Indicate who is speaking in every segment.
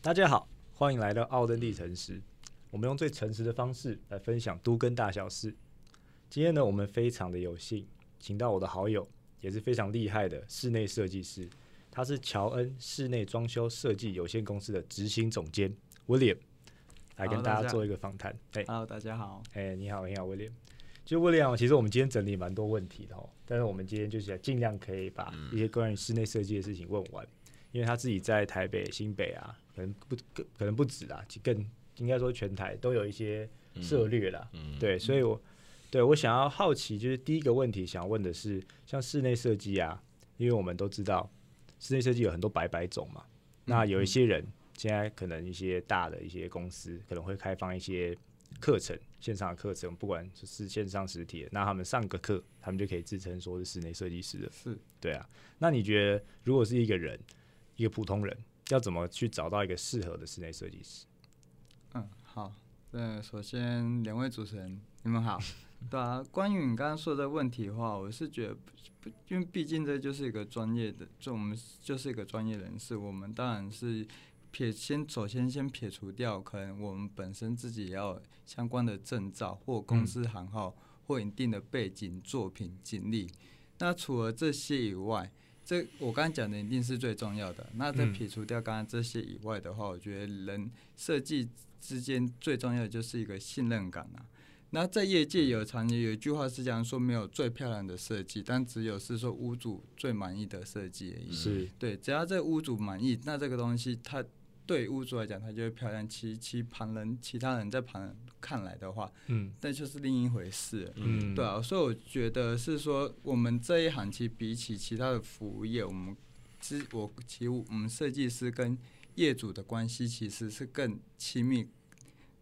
Speaker 1: 大家好，欢迎来到奥登地城市。我们用最诚实的方式来分享都跟大小事。今天呢，我们非常的有幸，请到我的好友，也是非常厉害的室内设计师，他是乔恩室内装修设计有限公司的执行总监 William，来跟
Speaker 2: Hello，
Speaker 1: 大
Speaker 2: 大
Speaker 1: 家
Speaker 2: 家
Speaker 1: 做一个访谈。哎
Speaker 2: Hello，大家好。
Speaker 1: 哎，你好，你好，William。就 William，其实我们今天整理蛮多问题的哦，但是我们今天就是尽量可以把
Speaker 2: 嗯
Speaker 1: 一些关于室内设计的事情问完，因为他自己在台北、新北啊，可能不可可能不止啦，更应该说全台都有一些涉略啦。
Speaker 3: 嗯，
Speaker 1: 对，所以我对我想要好奇，就是第一个问题想问的是，像室内设计啊，因为我们都知道室内设计有很多百百种嘛，那
Speaker 3: 嗯
Speaker 1: 有一些人现在可能一些大的一些公司可能会开放一些课程，线上的课程，不管是线上实体的，那他们上个课，他们就可以自称说是室内设计师了。
Speaker 2: 是，
Speaker 1: 对啊，那你觉得如果是一个人，一个普通人，要怎么去找到一个适合的室内设计师？
Speaker 2: 嗯，好。呃，首先两位主持人，你们好。对啊，关于你刚刚说的问题的话，我是觉得不，不因为毕竟这就是一个专业的，就我们就是一个专业人士，我们当然是撇先首先先撇除掉，可能我们本身自己也要有相关的证照或公司行号、或一定的背景、作品、经历。那除了这些以外，这我刚刚讲的一定是最重要的。那再
Speaker 1: 嗯
Speaker 2: 撇除掉刚刚这些以外的话，我觉得人设计之间最重要的就是一个信任感啊。那在业界有常有一句话是这样说：没有最漂亮的设计，但只有是说屋主最满意的设计而已。
Speaker 1: 是
Speaker 2: 对，只要这个屋主满意，那这个东西它对屋主来讲，它就会漂亮。其其旁人其他人在旁人看来的话，
Speaker 1: 嗯
Speaker 2: 那就是另一回事了。
Speaker 1: 嗯，
Speaker 2: 对啊，所以我觉得是说，我们这一行其实比起其他的服务业，我们之我其实我们设计师跟业主的关系其实是更亲密、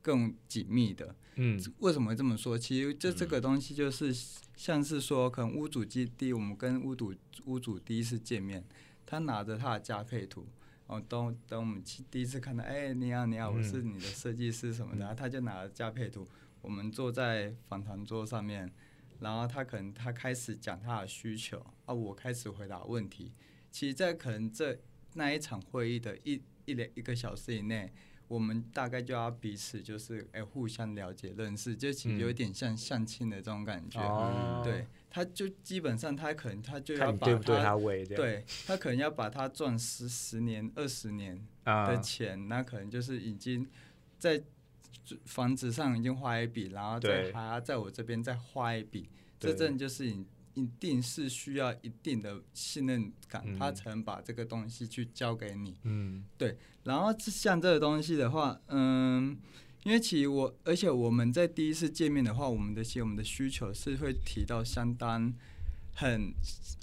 Speaker 2: 更紧密的。
Speaker 1: 嗯
Speaker 2: 为什么会这么说？其实这这个东西就是像是说，可能屋主基地，我们跟屋主屋主第一次见面，他拿着他的家配图，哦，等等我们去第一次看到，哎、你好你好，
Speaker 1: 嗯
Speaker 2: 我是你的设计师什么的，然后他就拿着家配图，我们坐在访谈桌上面，然后他可能他开始讲他的需求，啊，我开始回答问题。其实，在可能这那一场会议的一一两一个小时以内，我们大概就要彼此就是哎、互相了解认识，就其实有点像相亲的这种感觉。
Speaker 1: 嗯
Speaker 2: 嗯
Speaker 1: 哦
Speaker 2: 对，他就基本上他可能他就要
Speaker 1: 看你
Speaker 2: 把
Speaker 1: 对不对他位这样
Speaker 2: 对他可能要把他赚十十年二十年的
Speaker 1: 啊，
Speaker 2: 钱，那可能就是已经在房子上已经花一笔，然后
Speaker 1: 对
Speaker 2: 再还要在我这边再花一笔，这
Speaker 1: 对
Speaker 2: 真的就是你一定是需要一定的信任感，
Speaker 1: 嗯
Speaker 2: 他才能把这个东西去交给你。
Speaker 1: 嗯
Speaker 2: 然后这像这个东西的话，嗯，因为其实我，而且我们在第一次见面的话，我们的其实我们的需求是会提到相当很
Speaker 1: 很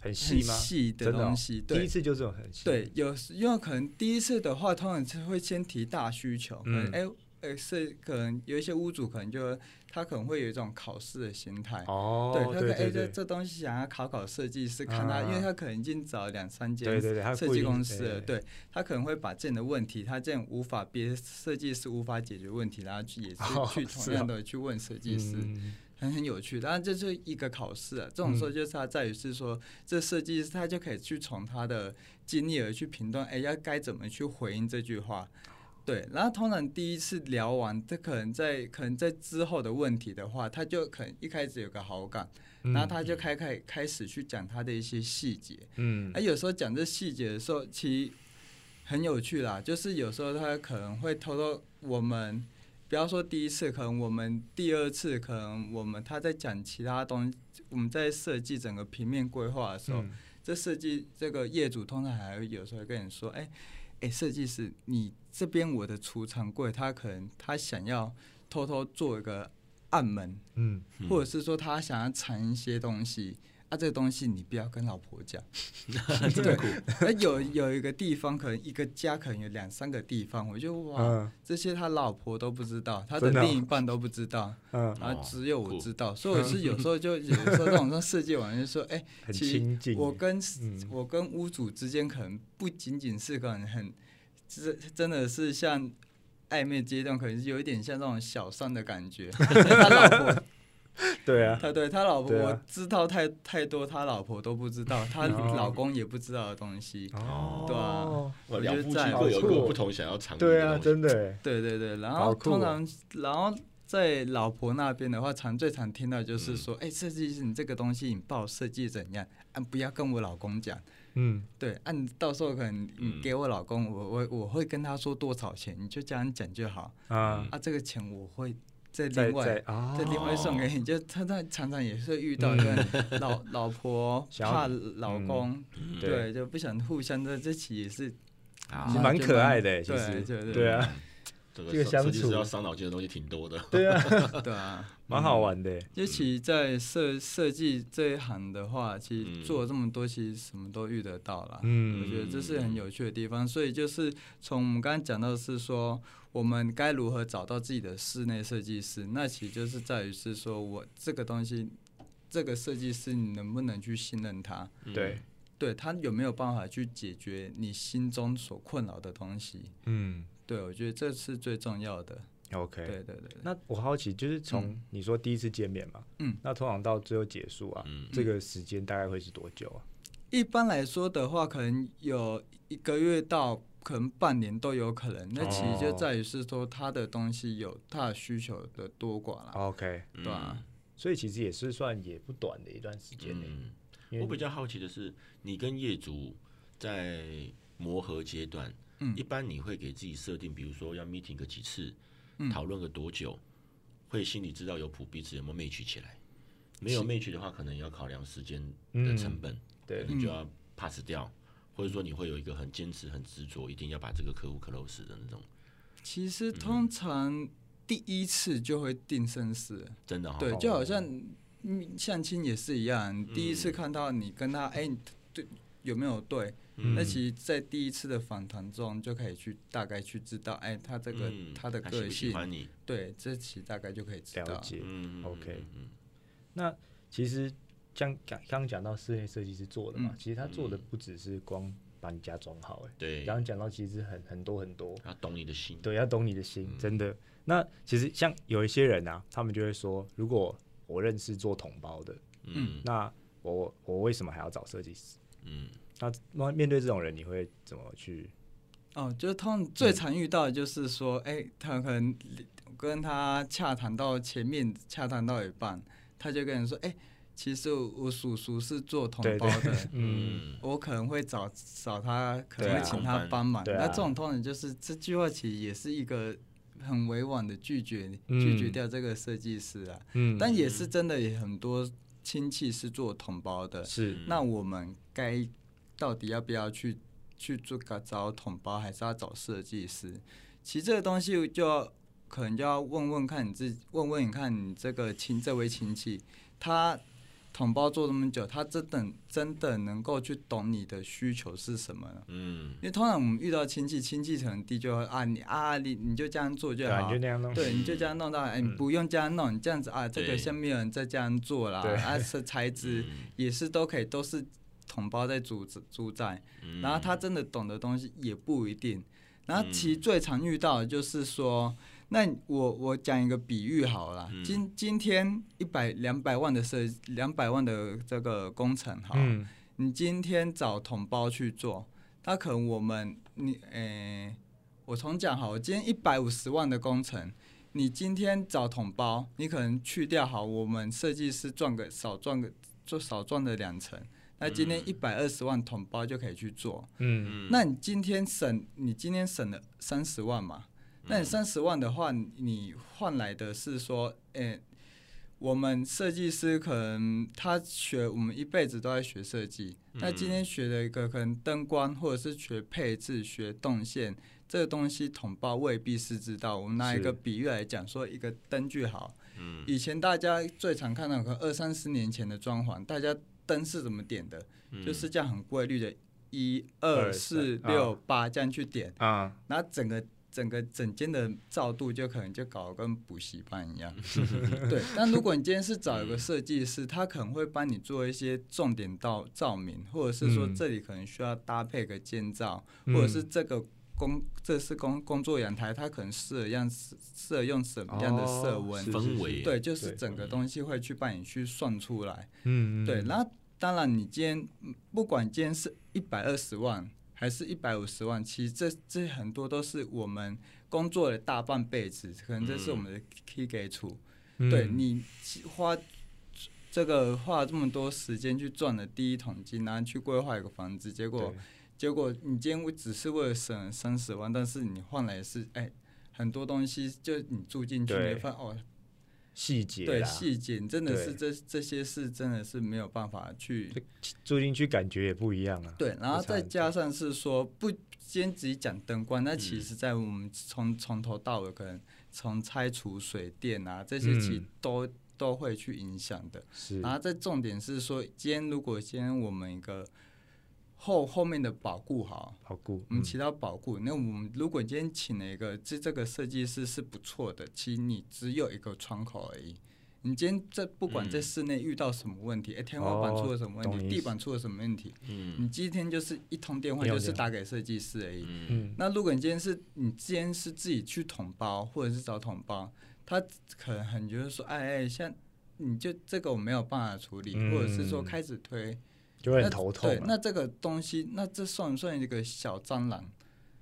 Speaker 2: 很
Speaker 1: 细吗？
Speaker 2: 细的
Speaker 1: 真的哦
Speaker 2: 东西，
Speaker 1: 第一
Speaker 2: 对。
Speaker 1: 次就这种很细，
Speaker 2: 对，有时因为可能第一次的话，通常是会先提大需求，可
Speaker 1: 嗯
Speaker 2: 能哎哎、是可能有一些屋主可能就他可能会有一种考试的心态，
Speaker 1: 哦，
Speaker 2: 对，他可
Speaker 1: 对
Speaker 2: 能哎
Speaker 1: 对
Speaker 2: 这
Speaker 1: 对
Speaker 2: 这东西想要考考设计师，看他，因
Speaker 1: 啊
Speaker 2: 为他可能已经找了两三间
Speaker 1: 对对对，他
Speaker 2: 设
Speaker 1: 不一
Speaker 2: 计
Speaker 1: 定
Speaker 2: 公司了，
Speaker 1: 哎
Speaker 2: 对他可能会把这样的问题，他这样无法别设计师无法解决问题，然后去也是
Speaker 1: 哦
Speaker 2: 去
Speaker 1: 是
Speaker 2: 同
Speaker 1: 哦
Speaker 2: 样的去问设计师，
Speaker 1: 嗯
Speaker 2: 很很有趣。当然这就是一个考试啊，这种时候就是他在于是说，这设计师他就可以去从他的经历而去评断，哎，要该怎么去回应这句话。对，然后通常第一次聊完，这可能在可能在之后的问题的话，他就可能一开始有个好感，
Speaker 1: 嗯
Speaker 2: 然后他就开开开始去讲他的一些细节。
Speaker 1: 嗯
Speaker 2: 哎、有时候讲这细节的时候，其实很有趣啦。就是有时候他可能会偷偷我们，不要说第一次，可能我们第二次，可能我们他在讲其他东西，我们在设计整个平面规划的时候，
Speaker 1: 嗯
Speaker 2: 这设计这个业主通常还会有时候跟你说，哎、哎，设计师，你这边我的储藏柜，他可能他想要偷偷做一个暗门，
Speaker 1: 嗯
Speaker 2: 或者是说他想要藏一些东西，啊，这个东西你不要跟老 婆讲。
Speaker 3: 这么酷，
Speaker 2: 那有有一个地方，可能一个家可能有两三个地方，我就哇，
Speaker 1: 嗯
Speaker 2: 这些他老婆都不知道，他的
Speaker 1: 真的哦
Speaker 2: 另一半都不知道，
Speaker 1: 嗯，
Speaker 2: 然后只有我
Speaker 3: 酷
Speaker 2: 知道，所以我是有时 候就有时候这种设计完就说，哎、
Speaker 1: 很
Speaker 2: 其实
Speaker 1: 亲近耶，
Speaker 2: 我跟、
Speaker 1: 嗯
Speaker 2: 我跟屋主之间可能不仅仅是可能很，这真的是像 暧昧阶段，可能是有一点像那种小三的感觉，他老婆
Speaker 1: 对啊，
Speaker 2: 他对他老婆，
Speaker 1: 对啊
Speaker 2: 我知道太太多，他老婆都不知道，他
Speaker 1: 哦
Speaker 2: 老公也不知道的东西。
Speaker 1: 哦
Speaker 2: 对啊
Speaker 3: 哇
Speaker 2: 我
Speaker 3: 两
Speaker 2: 觉得
Speaker 3: 夫
Speaker 2: 在
Speaker 3: 妻各
Speaker 1: 好
Speaker 3: 有
Speaker 1: 酷
Speaker 3: 各
Speaker 1: 哦
Speaker 3: 不同想要尝试
Speaker 1: 对啊，
Speaker 3: 的东西
Speaker 1: 真的耶，
Speaker 2: 对对对，然
Speaker 1: 好
Speaker 2: 后
Speaker 1: 酷哦
Speaker 2: 通常，然后在老婆那边的话，常最常听到就是说，
Speaker 1: 嗯
Speaker 2: 哎、设计师，你这个东西你帮我设计怎样？啊，不要跟我老公讲。
Speaker 1: 嗯，
Speaker 2: 对，啊，你到时候可能
Speaker 3: 嗯
Speaker 2: 你给我老公，我我我会跟他说多少钱，你就这样讲就好。
Speaker 1: 啊，
Speaker 2: 啊，这个钱我会再
Speaker 1: 在
Speaker 2: 嗯另外
Speaker 1: 在啊
Speaker 2: 再，另外送给你，就他他常常也是遇到，
Speaker 1: 嗯
Speaker 2: 跟老老婆
Speaker 1: 想要嗯
Speaker 2: 怕老公，
Speaker 1: 对
Speaker 2: 对，就不想互相的，这期也是
Speaker 3: 啊
Speaker 1: 其实蛮可爱的哎耶，其
Speaker 2: 对对
Speaker 1: 实，
Speaker 2: 对
Speaker 1: 对啊，
Speaker 3: 这
Speaker 1: 这个
Speaker 3: 个
Speaker 1: 相
Speaker 3: 设设计
Speaker 1: 处
Speaker 3: 师要伤脑筋的东西挺多的。
Speaker 1: 对啊，
Speaker 2: 对啊。
Speaker 1: 蛮好玩的耶，
Speaker 2: 尤其在设设计这一行的话，其
Speaker 3: 嗯
Speaker 2: 实做了这么多，其实什么都遇得到啦。我
Speaker 1: 嗯
Speaker 2: 觉得这是很有趣的地方，所以就是从我们刚刚讲到的是说，我们该如何找到自己的室内设计师，那其实就是在于是说我这个东西，这个设计师你能不能去信任他？
Speaker 3: 嗯
Speaker 1: 对，
Speaker 2: 对他有没有办法去解决你心中所困扰的东西？
Speaker 1: 嗯
Speaker 2: 对，我觉得这是最重要的。
Speaker 1: ，OK，
Speaker 2: 对对对对，
Speaker 1: 那我好奇，就是从
Speaker 2: 嗯
Speaker 1: 你说第一次见面嘛，
Speaker 2: 嗯，
Speaker 1: 那通常到最后结束啊，
Speaker 3: 嗯
Speaker 1: 这个时间大概会是多久啊？
Speaker 2: 一般来说的话，可能有一个月到可能半年都有可能。那其实
Speaker 1: 哦
Speaker 2: 就在于是说他的东西有他的需求的多寡啦，
Speaker 1: OK，
Speaker 3: 嗯
Speaker 2: 对啊。
Speaker 1: 所以其实也是算也不短的一段时间欸内、
Speaker 3: 嗯，
Speaker 1: 因为
Speaker 3: 我比较好奇的是，你跟业主在磨合阶段，
Speaker 2: 嗯
Speaker 3: 一般你会给自己设定，比如说要 meeting 个几次，
Speaker 2: 嗯
Speaker 3: 讨论个多久，会心里知道有谱彼此有没有 match 起来。没有 match 的话，可能也要考量时间的成本，
Speaker 1: 嗯对
Speaker 3: 可
Speaker 2: 嗯
Speaker 3: 能就要 pass 掉，或者说你会有一个很坚持、很执着，一定要把这个客户 close 的那种，
Speaker 2: 其实通常第一次就会定生死。
Speaker 3: 真的哈、
Speaker 2: 对，
Speaker 1: 哦嗯
Speaker 2: 就好像嗯相亲也是一样，第一次看到你跟他，哎、你对有没有对？
Speaker 3: 嗯
Speaker 2: 那其实，在第一次的访谈中就可以去大概去知道，哎、他这个、
Speaker 3: 嗯
Speaker 2: 他的
Speaker 3: 喜
Speaker 2: 个
Speaker 3: 不喜
Speaker 2: 性，
Speaker 3: 欢你，
Speaker 2: 对，这其实大概就可以知
Speaker 1: 了
Speaker 2: 道。
Speaker 1: 解。
Speaker 3: 嗯
Speaker 1: OK
Speaker 3: 嗯嗯
Speaker 1: 那其实像刚刚讲到室内设计师做的嘛，
Speaker 2: 嗯
Speaker 1: 其实他做的不只是光把你家装好、欸，
Speaker 3: 对，
Speaker 1: 刚刚讲到其实很很多很多，
Speaker 3: 要懂你的心，
Speaker 1: 对，要懂你的心，
Speaker 2: 嗯
Speaker 1: 真的。那其实像有一些人啊，他们就会说，如果我认识做同胞的，
Speaker 3: 嗯
Speaker 1: 那我我为什么还要找设计师？
Speaker 3: 嗯
Speaker 1: 那那面对这种人，你会怎么去？
Speaker 2: 哦，就是通常最常遇到的就是说，哎、他可能跟他洽谈到前面，洽谈到一半，他就跟人说，哎、其实我我叔叔是做同
Speaker 1: 对
Speaker 2: 胞
Speaker 1: 对
Speaker 2: 的，
Speaker 1: 嗯，
Speaker 3: 嗯
Speaker 2: 我可能会找找他，可
Speaker 1: 对
Speaker 2: 能
Speaker 1: 啊
Speaker 2: 会请他帮忙。
Speaker 1: 对啊
Speaker 2: 那这种通常就是这句话，其实也是一个很委婉的拒绝，
Speaker 1: 嗯
Speaker 2: 拒绝掉这个设计师啊。
Speaker 1: 嗯
Speaker 2: 但也是真的，也很多亲戚是做同胞的。
Speaker 1: 嗯是
Speaker 2: 那我们该到底要不要去去做找同胞，还是要找设计师？其实这个东西就要可能就要问问看你自己，问问你看你这个亲这位亲戚，他同胞做这么久，他真的真的能够去懂你的需求是什么呢？
Speaker 3: 嗯
Speaker 2: 因为通常我们遇到亲戚，亲戚可能第一就会啊你啊你你就这样做就
Speaker 1: 对啊，
Speaker 2: 好，
Speaker 1: 你就那样弄，嗯
Speaker 2: 对，你就这样弄到，哎、你不用这样弄，你这样子啊，这
Speaker 3: 对
Speaker 2: 个下面有人在这样做啦
Speaker 1: 对，
Speaker 2: 啊，是材质也是都可以，都是同胞在主主宰，
Speaker 3: 嗯
Speaker 2: 然后他真的懂的东西也不一定。然后其实最常遇到的就是说，那我我讲一个比喻好了啦，
Speaker 3: 嗯
Speaker 2: 今今天一百两百万的设两百万的这个工程好，
Speaker 1: 嗯
Speaker 2: 你今天找同胞去做，他可能我们你诶、我重讲好，我今天一百五十万的工程，你今天找同胞，你可能去掉好，我们设计师赚个少赚个就少赚了两成，那今天一百二十万同胞就可以去做，
Speaker 1: 嗯
Speaker 3: 嗯
Speaker 2: 那你今天省你今天省了三十万嘛？
Speaker 1: 嗯
Speaker 2: 那你三十万的话，你换来的是说，诶、我们设计师可能他学我们一辈子都在学设计，
Speaker 1: 嗯
Speaker 2: 那今天学了一个可能灯光或者是学配置、学动线这个东西，同胞未必是知道。我们拿一
Speaker 1: 是
Speaker 2: 个比喻来讲，说一个灯具好，
Speaker 3: 嗯
Speaker 2: 以前大家最常看到可能二三十年前的装潢，大家灯是怎么点的？
Speaker 3: 嗯
Speaker 2: 就是这样很规律的，一
Speaker 1: 嗯二
Speaker 2: 二四
Speaker 1: 三
Speaker 2: 六八这样去点。
Speaker 1: 啊，
Speaker 2: 那整个整个整间的照度就可能就搞得跟补习班 一样，对。但如果你今天是找一个设计师，他可能会帮你做一些重点照照明，或者是说
Speaker 1: 嗯
Speaker 2: 这里可能需要搭配个建造，
Speaker 1: 嗯
Speaker 2: 或者是这个工这是工工作阳台，它可能适合样适适合用什么样的色温，
Speaker 1: 哦是
Speaker 3: 氛围
Speaker 2: 对，就是
Speaker 1: 对嗯
Speaker 2: 整个东西会去帮你去算出来。
Speaker 1: 嗯，嗯
Speaker 2: 对，
Speaker 1: 嗯
Speaker 2: 那当然你今天嗯不管今天是一百二十万还是一百五十万，其实这这很多都是我们工作的大半辈子，可能这是我们的 key 给出。对
Speaker 1: 嗯
Speaker 2: 你花这个花这么多时间去赚了第一桶金，然后去规划一个房子，结果
Speaker 1: 对
Speaker 2: 结果你今天只是为了省三十万，但是你换来的是哎很多东西，就你住进去，
Speaker 1: 对
Speaker 2: 你会发现哦，
Speaker 1: 细节
Speaker 2: 对
Speaker 1: 啦
Speaker 2: 细节，你真的是这
Speaker 1: 对
Speaker 2: 这些事真的是没有办法去
Speaker 1: 住进去感觉也不一样啊。
Speaker 2: 对，然后
Speaker 1: 会差
Speaker 2: 再
Speaker 1: 很多
Speaker 2: 加上是说不先只讲灯光，那
Speaker 1: 嗯
Speaker 2: 其实在我们从从头到尾可能从拆除水电啊这些其实
Speaker 1: 嗯
Speaker 2: 都、都会去影响的。
Speaker 1: 是
Speaker 2: 然后再重点是说，今天如果今天我们一个后后面的保护好，
Speaker 1: 好嗯顾，
Speaker 2: 我们提到保护，那我们如果今天请了一个这这个设计师是不错的，其实你只有一个窗口而已。你今天这不管在
Speaker 3: 嗯
Speaker 2: 室内遇到什么问题，哎、天花板
Speaker 1: 哦
Speaker 2: 出了什么问
Speaker 1: 懂
Speaker 2: 题，
Speaker 1: 你意
Speaker 2: 地
Speaker 1: 思
Speaker 2: 板出了什么问题，
Speaker 3: 嗯
Speaker 2: 你今天就是一通电话
Speaker 1: 一通
Speaker 2: 就是
Speaker 1: 电话
Speaker 2: 打给设计师而已。
Speaker 3: 嗯
Speaker 1: 嗯，
Speaker 2: 那如果你今天是你今天是自己去统包，或者是找统包，他可能很觉得说，哎哎，像你就这个我没有办法处理，
Speaker 1: 嗯
Speaker 2: 或者是说开始推，
Speaker 1: 就会很头痛
Speaker 2: 对，
Speaker 1: 啊。
Speaker 2: 那这个东西，那这算不算一个小蟑螂？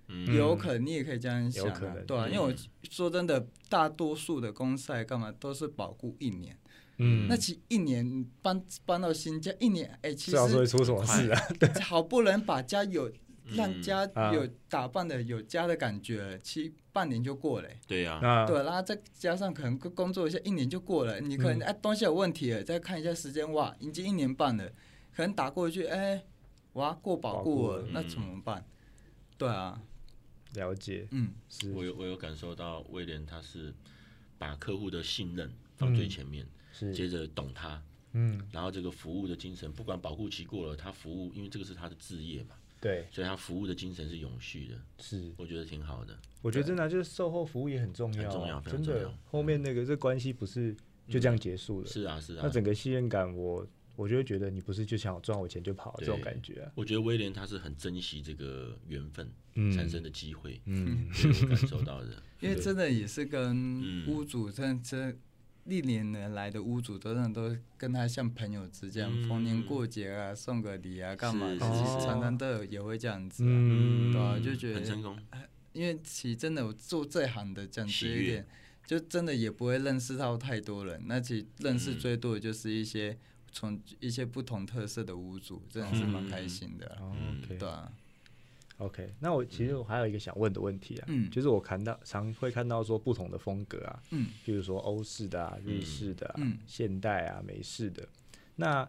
Speaker 3: 嗯
Speaker 2: 有可能你也可以这样想、
Speaker 1: 有可
Speaker 2: 啊，
Speaker 1: 能
Speaker 2: 对啊，
Speaker 3: 嗯
Speaker 2: 因为我说真的，大多数的公司还干嘛都是保固一年，
Speaker 1: 嗯，
Speaker 2: 那其实一年搬搬到新家一年，哎，其
Speaker 1: 最好是会
Speaker 2: 实
Speaker 1: 出什么事啊？
Speaker 2: 好不容易把家有
Speaker 3: 嗯啊
Speaker 2: 让家
Speaker 1: 啊
Speaker 2: 有打扮的有家的感觉了，其实半年就过了、欸
Speaker 3: 对啊呀，
Speaker 1: 那
Speaker 2: 对，然后再加上可能工作一下，一年就过
Speaker 3: 嗯
Speaker 2: 了。你可能、哎东西有问题了，再看一下时间，哇，已经一年半了，可能打过去，哎，哇，过保
Speaker 1: 保
Speaker 2: 固
Speaker 1: 固
Speaker 2: 了
Speaker 1: 了，
Speaker 2: 那
Speaker 3: 嗯
Speaker 2: 怎么办？对啊，
Speaker 1: 了解
Speaker 2: 嗯，
Speaker 1: 是
Speaker 3: 我有我有感受到威廉他是把客户的信任放
Speaker 2: 嗯
Speaker 3: 最前面，
Speaker 1: 是，
Speaker 3: 接着懂他，
Speaker 1: 嗯，
Speaker 3: 然后这个服务的精神，不管保护期过了，他服务，因为这个是他的置业嘛，
Speaker 1: 对，
Speaker 3: 所以他服务的精神是永续的，
Speaker 1: 是。
Speaker 3: 我觉得挺好的。
Speaker 1: 我觉得真的啊就是售后服务也很重要啊，
Speaker 3: 很重要非常
Speaker 1: 真
Speaker 3: 重
Speaker 1: 的
Speaker 3: 要。
Speaker 1: 后面那个这关系不是就这样结束了，
Speaker 3: 是啊，是啊
Speaker 1: 那，整个信任感我，我就会觉得你不是就想赚我钱就跑这种感觉啊。
Speaker 3: 我觉得威廉他是很珍惜这个缘分
Speaker 1: 嗯
Speaker 3: 产生的机会，
Speaker 1: 嗯，
Speaker 3: 这是我感受到的。
Speaker 2: 因为真的也是跟
Speaker 3: 嗯
Speaker 2: 屋主，真的真历年来的屋主，真的都跟他像朋友之间，
Speaker 3: 嗯
Speaker 2: 逢年过节啊，送个礼啊，干嘛的，
Speaker 3: 是
Speaker 2: 其
Speaker 1: 是
Speaker 2: 实
Speaker 1: 是
Speaker 2: 常常都有也会这样子、啊。
Speaker 1: 嗯
Speaker 2: 对啊，就觉得
Speaker 3: 很成功，
Speaker 2: 因为其实真的我做这行的讲
Speaker 3: 喜
Speaker 2: 直接一
Speaker 3: 悦
Speaker 2: 点，就真的也不会认识到太多人。那其实认识
Speaker 3: 嗯
Speaker 2: 最多的就是一些从一些不同特色的屋主，真的是蛮开心的啊、
Speaker 1: 哦
Speaker 3: 嗯
Speaker 1: OK，
Speaker 2: 对啊，
Speaker 1: OK，那我其实我还有一个想问的问题啊，
Speaker 2: 嗯
Speaker 1: 就是我看到常会看到说不同的风格啊，
Speaker 2: 嗯
Speaker 1: 比如说欧式的啊、日式的啊、
Speaker 2: 嗯
Speaker 1: 现代啊、美式的，那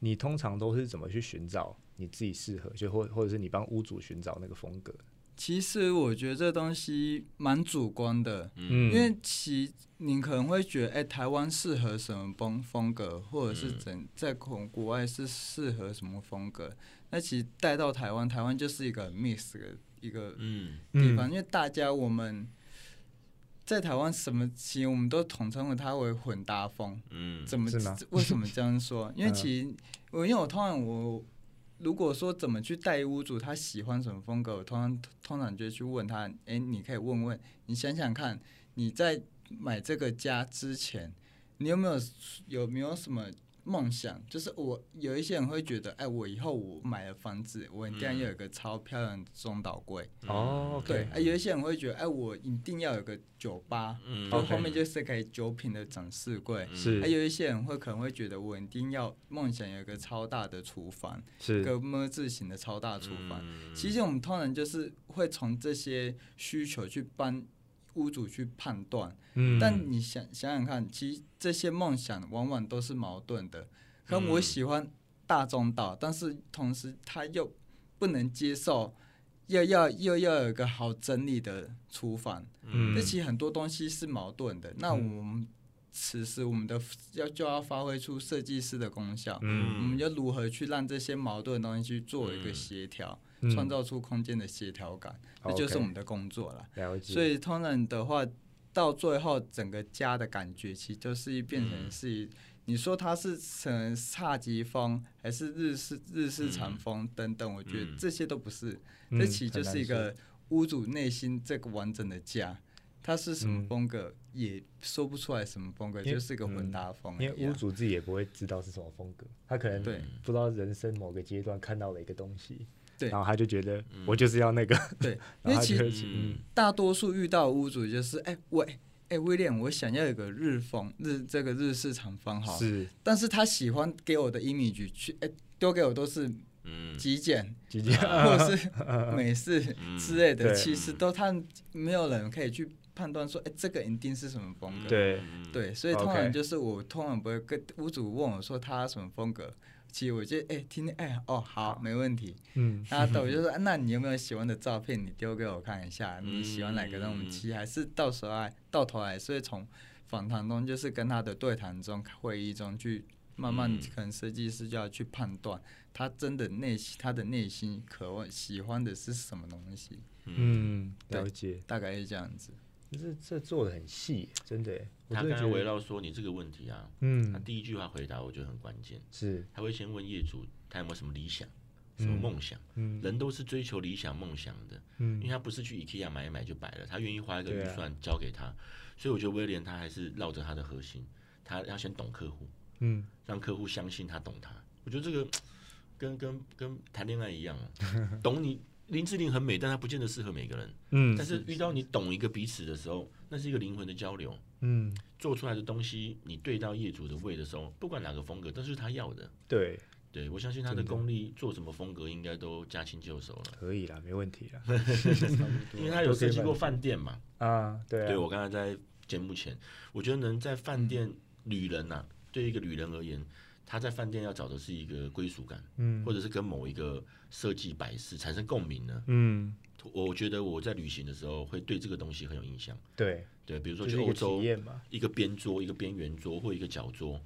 Speaker 1: 你通常都是怎么去寻找你自己适合，就或或者是你帮屋主寻找那个风格？
Speaker 2: 其实我觉得这东西蛮主观的，
Speaker 1: 嗯
Speaker 2: 因为其你可能会觉得，哎、台湾适合什么风风格，或者是
Speaker 3: 嗯
Speaker 2: 整在国国外是适合什么风格。那其实带到台湾，台湾就是一个很 mix 的一个
Speaker 3: 嗯
Speaker 2: 地方，因为大家我们在台湾什么其实我们都统称为它为混搭风，
Speaker 3: 嗯，
Speaker 2: 怎么
Speaker 1: 是吗
Speaker 2: 为什么这样说？因为
Speaker 1: 嗯
Speaker 2: 其实我因为我通常我如果说怎么去带屋主他喜欢什么风格，我通常通常就会去问他，哎、你可以问问你想想看，你在买这个家之前，你有没有有没有什么？梦想就是我有一些人会觉得，哎，我以后我买了房子，我一定要
Speaker 3: 嗯
Speaker 2: 有一个超漂亮的中岛柜，
Speaker 1: 哦
Speaker 2: 对，
Speaker 1: ，OK，
Speaker 2: 哎、有一些人会觉得，哎、我一定要有个酒吧，
Speaker 3: 嗯
Speaker 2: 就
Speaker 1: OK
Speaker 2: 后面就是给酒品的展示柜。
Speaker 1: 是
Speaker 2: 还、有一些人会可能会觉得，我一定要梦想有一个超大的厨房，一
Speaker 1: 是
Speaker 2: 个么字形的超大厨房。
Speaker 3: 嗯
Speaker 2: 其实我们通常就是会从这些需求去帮屋主去判断，
Speaker 1: 嗯
Speaker 2: 但你想想想看，其实这些梦想往往都是矛盾的。可能我
Speaker 3: 嗯
Speaker 2: 喜欢大众岛，但是同时他又不能接受，又要又要有一个好整理的厨房。
Speaker 1: 嗯
Speaker 2: 这其实很多东西是矛盾的。那我们此时我们的要就要发挥出设计师的功效，我们
Speaker 3: 嗯
Speaker 2: 要如何去让这些矛盾的东西去做一个协调，
Speaker 1: 嗯
Speaker 2: 创造出空间的协调感，这就是我们的工作了。
Speaker 1: 了解，
Speaker 2: 所以通常的话，到最后整个家的感觉，其实就是变成是一，你说它是成侘寂风，还是日式日式禅风等等，我觉得
Speaker 3: 嗯
Speaker 2: 这些都不是，
Speaker 1: 嗯
Speaker 2: 这其实就是一个屋主内心这个完整的家，它是什么风格、也说不出来什么风格，
Speaker 1: 嗯因为嗯
Speaker 2: 就是一个混搭风而已
Speaker 1: 因
Speaker 2: 啊、
Speaker 1: 为屋主自己也不会知道是什么风格，他可能
Speaker 2: 对
Speaker 1: 不知道人生某个阶段看到了一个东西，
Speaker 2: 对
Speaker 1: 然后他就觉得
Speaker 3: 嗯
Speaker 1: 我就是要那个，
Speaker 2: 对，因
Speaker 1: 然
Speaker 2: 为
Speaker 1: 后他
Speaker 2: 其
Speaker 1: 就
Speaker 2: 实
Speaker 1: 会去嗯
Speaker 2: 大多数遇到的屋主就是，哎、喂，哎、威廉，我想要有个日风日这个日式长方好 了，
Speaker 1: 是
Speaker 2: 但是他喜欢给我的 image 去，哎、丢给我都是
Speaker 3: 嗯，
Speaker 2: 极 简、
Speaker 1: 直接
Speaker 2: 或者是美式
Speaker 3: 嗯
Speaker 2: 之类的，
Speaker 1: 对
Speaker 2: 其实都他没有人可以去判断说，哎、这个一定是什么风格。
Speaker 1: 对
Speaker 3: 嗯，
Speaker 2: 对，所以通常
Speaker 1: OK
Speaker 2: 就是我通常不会跟屋主问我说他什么风格，其实我就哎、听听哎、哦好没问题，
Speaker 1: 嗯
Speaker 2: 然后我就说、啊那你有没有喜欢的照片，你丢给我看一 下，你喜欢哪个让我们
Speaker 3: 嗯
Speaker 2: 漆，还是到时候来到头来是会从访谈中就是跟他的对谈中会议中去慢慢
Speaker 3: 嗯
Speaker 2: 可能设计师就要去判断他真的内心他的内心渴望喜欢的是什么东西，
Speaker 1: 嗯，了解，
Speaker 2: 大概是这样子。
Speaker 1: 这这做的很细，真的耶，我
Speaker 3: 他
Speaker 1: 真
Speaker 3: 刚
Speaker 1: 的觉
Speaker 3: 刚围
Speaker 1: 得，
Speaker 3: 绕说你这个问题啊，他
Speaker 1: 嗯，
Speaker 3: 第一句话回答我觉得很关键，
Speaker 1: 是，
Speaker 3: 他会先问业主他有没有什么理想，什么梦想。
Speaker 1: 嗯
Speaker 3: 人都是追求理想梦想的，因为
Speaker 1: 嗯，
Speaker 3: 他不是去 IKEA 买一买就摆了，他愿意花一个
Speaker 1: 对
Speaker 3: 预
Speaker 1: 啊
Speaker 3: 算交给他，所以我觉得威廉他还是绕着他的核心，他要先懂客户，
Speaker 1: 嗯，
Speaker 3: 让客户相信他懂他。我觉得这个跟跟跟谈恋爱一样啊， 懂你林志玲很美，但她不见得适合每个人。
Speaker 1: 嗯
Speaker 3: 但，是遇到你懂一个彼此的时候，那是一个灵魂的交流。
Speaker 1: 嗯，
Speaker 3: 做出来的东西，你对到业主的胃的时候，不管哪个风格，都是他要的。
Speaker 1: 对，
Speaker 3: 对我相信他的
Speaker 1: 真的
Speaker 3: 功力，做什么风格应该都驾轻就熟了，
Speaker 1: 可以啦，没问题啦，
Speaker 3: 因为他有设计过饭店嘛。
Speaker 1: 啊，对
Speaker 3: 对
Speaker 1: 啊，
Speaker 3: 我刚才在节目前，我觉得能在饭店嗯旅人呐、对一个旅人而言，他在饭店要找的是一个归属感，
Speaker 1: 嗯
Speaker 3: 或者是跟某一个设计摆饰产生共鸣呢。
Speaker 1: 嗯，
Speaker 3: 我觉得我在旅行的时候会对这个东西很有印象。
Speaker 1: 对，
Speaker 3: 对，比如说
Speaker 1: 就
Speaker 3: 去
Speaker 1: 是一
Speaker 3: 欧
Speaker 1: 个
Speaker 3: 洲
Speaker 1: 体，验嘛，
Speaker 3: 一个边桌、一个边缘桌或一个角桌，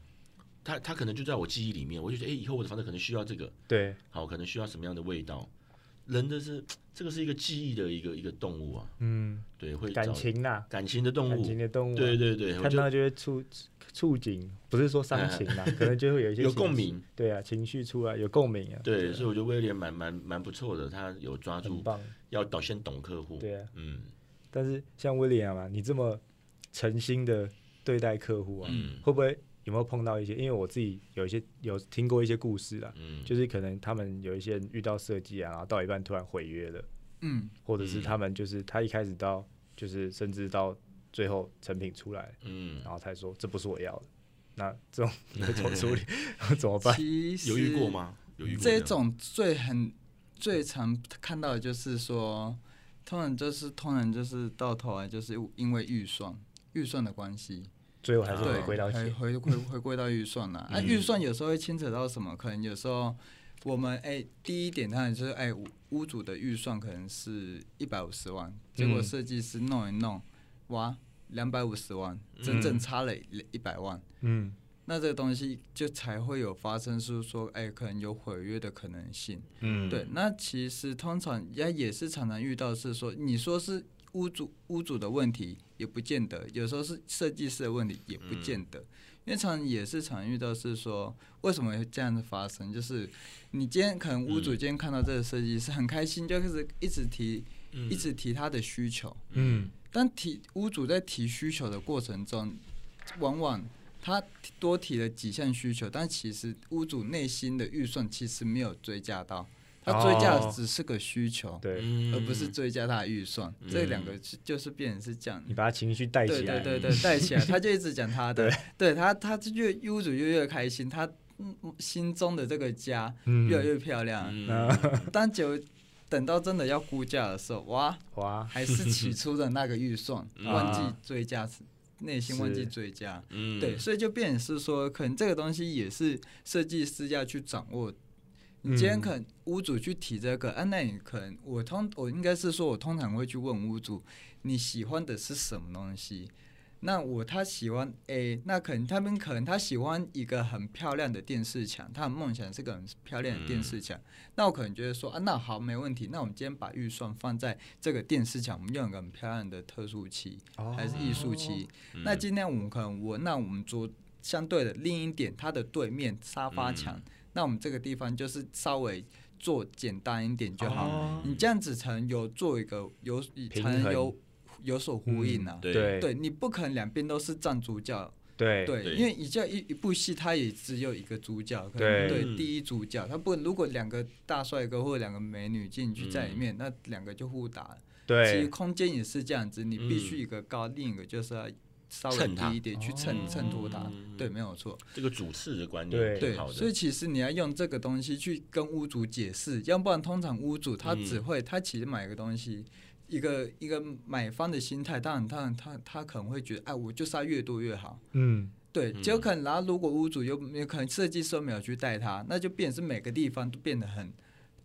Speaker 3: 它它可能就在我记忆里面，我就觉得，哎、以后我的房子可能需要这个，
Speaker 1: 对，
Speaker 3: 好，可能需要什么样的味道。人的是这个是一个记忆的一个一个动物啊，
Speaker 1: 嗯，
Speaker 3: 对，会找
Speaker 1: 感情啦，
Speaker 3: 感情的动
Speaker 1: 感
Speaker 3: 物，
Speaker 1: 情的动物啊，
Speaker 3: 对对对，我
Speaker 1: 看
Speaker 3: 就哎
Speaker 1: 到就会触触景，不是说伤情啦，可能就会有一些
Speaker 3: 有
Speaker 1: 情
Speaker 3: 共
Speaker 1: 绪
Speaker 3: 鸣，
Speaker 1: 对啊，情绪出来有共鸣啊，
Speaker 3: 对，所以我觉得威廉蛮蛮蛮不错的，他有抓
Speaker 1: 很
Speaker 3: 住
Speaker 1: 棒，
Speaker 3: 要导先懂客户，
Speaker 1: 对啊。
Speaker 3: 嗯
Speaker 1: 但是像威廉啊，你这么诚心的对待客户啊，
Speaker 3: 嗯
Speaker 1: 会不会有没有碰到一些？因为我自己有一些有听过一些故事啊，
Speaker 3: 嗯，
Speaker 1: 就是可能他们有一些人遇到设计啊，然后到一半突然毁约了，
Speaker 2: 嗯，
Speaker 1: 或者是他们就是他一开始到就是甚至到最后成品出来，
Speaker 3: 嗯
Speaker 1: 然后才说这不是我要的，那这种你会怎么处理？怎么办？
Speaker 2: 其实
Speaker 3: 有遇过吗？有遇过
Speaker 2: 这
Speaker 3: 样
Speaker 2: 种最很最常看到的就是说，通常就是通常就是到头来就是因为预算预算的关系，
Speaker 1: 最后还是
Speaker 3: 啊
Speaker 1: 回
Speaker 2: 对，
Speaker 1: 归到
Speaker 2: 回
Speaker 1: 钱，
Speaker 2: 回回回归到预算了。啊，
Speaker 3: 嗯
Speaker 2: 预算有时候会牵扯到什么？可能有时候我们哎、第一点当然就是哎、屋屋主的预算可能是一百五十万，结果
Speaker 1: 嗯
Speaker 2: 设计师弄一弄，哇，两百五十万，整整差了一百万。
Speaker 1: 嗯
Speaker 2: 那这个东西就才会有发生，是说，哎、可能有毁约的可能性。
Speaker 1: 嗯，
Speaker 2: 对，那其实通常人家也是常常遇到，是说，你说是屋主屋主的问题，也不见得；有时候是设计师的问题，也不见得。因为常常也是常遇到，是说为什么会这样子发生？就是你今天可能屋主今天看到这个设计师很开心，就开始一直提，一直提他的需求。
Speaker 1: 嗯
Speaker 2: 但提屋主在提需求的过程中，往往他多提了几项需求，但其实屋主内心的预算其实没有追加到，他追加的只是个需求，
Speaker 1: 哦对，
Speaker 3: 嗯
Speaker 2: 而不是追加他的预算。这两个是就是变成是这样。
Speaker 1: 你把他情绪带
Speaker 2: 对
Speaker 1: 起来，
Speaker 2: 对对对，带起 来，他就一直讲他的，对他，他就越屋主就越开心，他嗯心中的这个家
Speaker 1: 嗯
Speaker 2: 越来越漂亮。
Speaker 3: 嗯，
Speaker 2: 但久等到真的要估价的时候，哇，
Speaker 1: 哇，
Speaker 2: 还是起初的那个预算
Speaker 3: 嗯
Speaker 2: 忘记追加，内心忘记
Speaker 1: 是
Speaker 2: 追加，
Speaker 3: 嗯
Speaker 2: 对，所以就变成是说，可能这个东西也是设计师要去掌握。你今天
Speaker 1: 嗯
Speaker 2: 可能屋主去提这个，啊，那你可能我通我应该是说，我通常会去问屋主你喜欢的是什么东西。那我他喜欢 A，那可能他们可能他喜欢一个很漂亮的电视墙，他的梦想是个很漂亮的电
Speaker 1: 嗯
Speaker 2: 视墙。那我可能觉得说啊，那好没问题，那我们今天把预算放在这个电视墙，我们用一个很漂亮的特殊漆
Speaker 1: 哦
Speaker 2: 还是艺术漆。
Speaker 3: 嗯
Speaker 1: 嗯
Speaker 2: 那今天我们可能我那我们桌
Speaker 1: 嗯
Speaker 2: 相对的另一点，它的对面沙发墙，那我们这个地方就是稍微做简单一点就好。
Speaker 3: 哦
Speaker 2: 你这样子才能有做一个有才
Speaker 1: 平衡嗯
Speaker 2: 能有有所呼应啊。
Speaker 3: 对
Speaker 1: 对
Speaker 2: 对你不可能两边都是站主角，
Speaker 1: 对
Speaker 2: 对，
Speaker 3: 对
Speaker 2: 因为一叫一一部戏，它也只有一个主角，可
Speaker 1: 对
Speaker 2: 能
Speaker 3: 嗯
Speaker 2: 对第一主角，他不如果两个大帅哥或者两个美女进去在里
Speaker 1: 嗯
Speaker 2: 面，那两个就互打了。其实
Speaker 1: 对
Speaker 2: 空间也是这样子，你必须一个高，另一个就是要稍微
Speaker 3: 嗯衬它
Speaker 2: 低一点去衬衬托它
Speaker 3: 嗯。
Speaker 2: 对，没有错。
Speaker 3: 这个主次的观
Speaker 1: 对
Speaker 3: 念挺
Speaker 2: 对
Speaker 3: 好，的，
Speaker 2: 所以其实你要用这个东西去跟屋主解释，要不然通常屋主他
Speaker 3: 嗯
Speaker 2: 只会、他其实买个东西，一个一个买方的心态，当然当然他他可能会觉得，哎，我就是要越多越好。
Speaker 1: 嗯，
Speaker 2: 对，
Speaker 3: 嗯
Speaker 2: 就可能，然后如果屋主又有可能设计师又没有去带他，那就变成是每个地方都变得很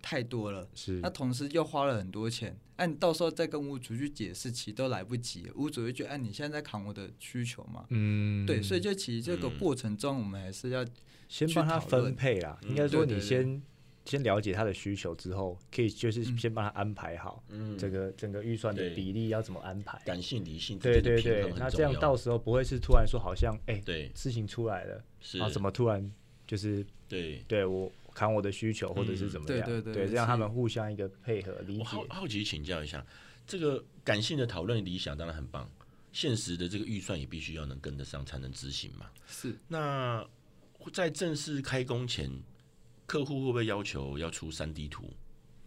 Speaker 2: 太多了。
Speaker 1: 是
Speaker 2: 那同时又花了很多钱，哎、你到时候再跟屋主去解释，其实都来不及了。屋主会觉得，哎、你现在在扛我的需求嘛？
Speaker 1: 嗯，
Speaker 2: 对，所以就其实这个
Speaker 3: 嗯
Speaker 2: 过程中，我们还是要
Speaker 1: 先
Speaker 2: 去
Speaker 1: 帮他
Speaker 2: 讨论
Speaker 1: 分配啦，
Speaker 3: 嗯
Speaker 1: 应该说
Speaker 2: 对
Speaker 1: 你
Speaker 2: 对对
Speaker 1: 先先了解他的需求之后，可以就是
Speaker 2: 嗯
Speaker 1: 先帮他安排好
Speaker 3: 嗯，
Speaker 1: 整个整个预算的
Speaker 3: 对
Speaker 1: 比例要怎么安排。
Speaker 3: 感性理性之
Speaker 1: 对
Speaker 3: 间
Speaker 1: 对
Speaker 3: 的平
Speaker 1: 对
Speaker 3: 衡，
Speaker 1: 那
Speaker 3: 很
Speaker 1: 这样
Speaker 3: 重
Speaker 1: 到
Speaker 3: 要。
Speaker 1: 时候不会是突然说好像哎、
Speaker 3: 对，
Speaker 1: 事情出来了，
Speaker 3: 是
Speaker 1: 然后怎啊么突然就是
Speaker 3: 对。
Speaker 1: 对我扛我的需求或者是
Speaker 3: 嗯
Speaker 1: 怎么
Speaker 2: 对
Speaker 1: 样，
Speaker 2: 对对对
Speaker 1: 让他
Speaker 2: 是
Speaker 1: 们互相一个配合理
Speaker 3: 我
Speaker 1: 解
Speaker 3: 好。好奇请教一下，这个感性的讨论理想当然很棒，现实的这个预算也必须要能跟得上，才能执行嘛。
Speaker 2: 是
Speaker 3: 那在正式开工前，客户会不会要求要出三 D 图，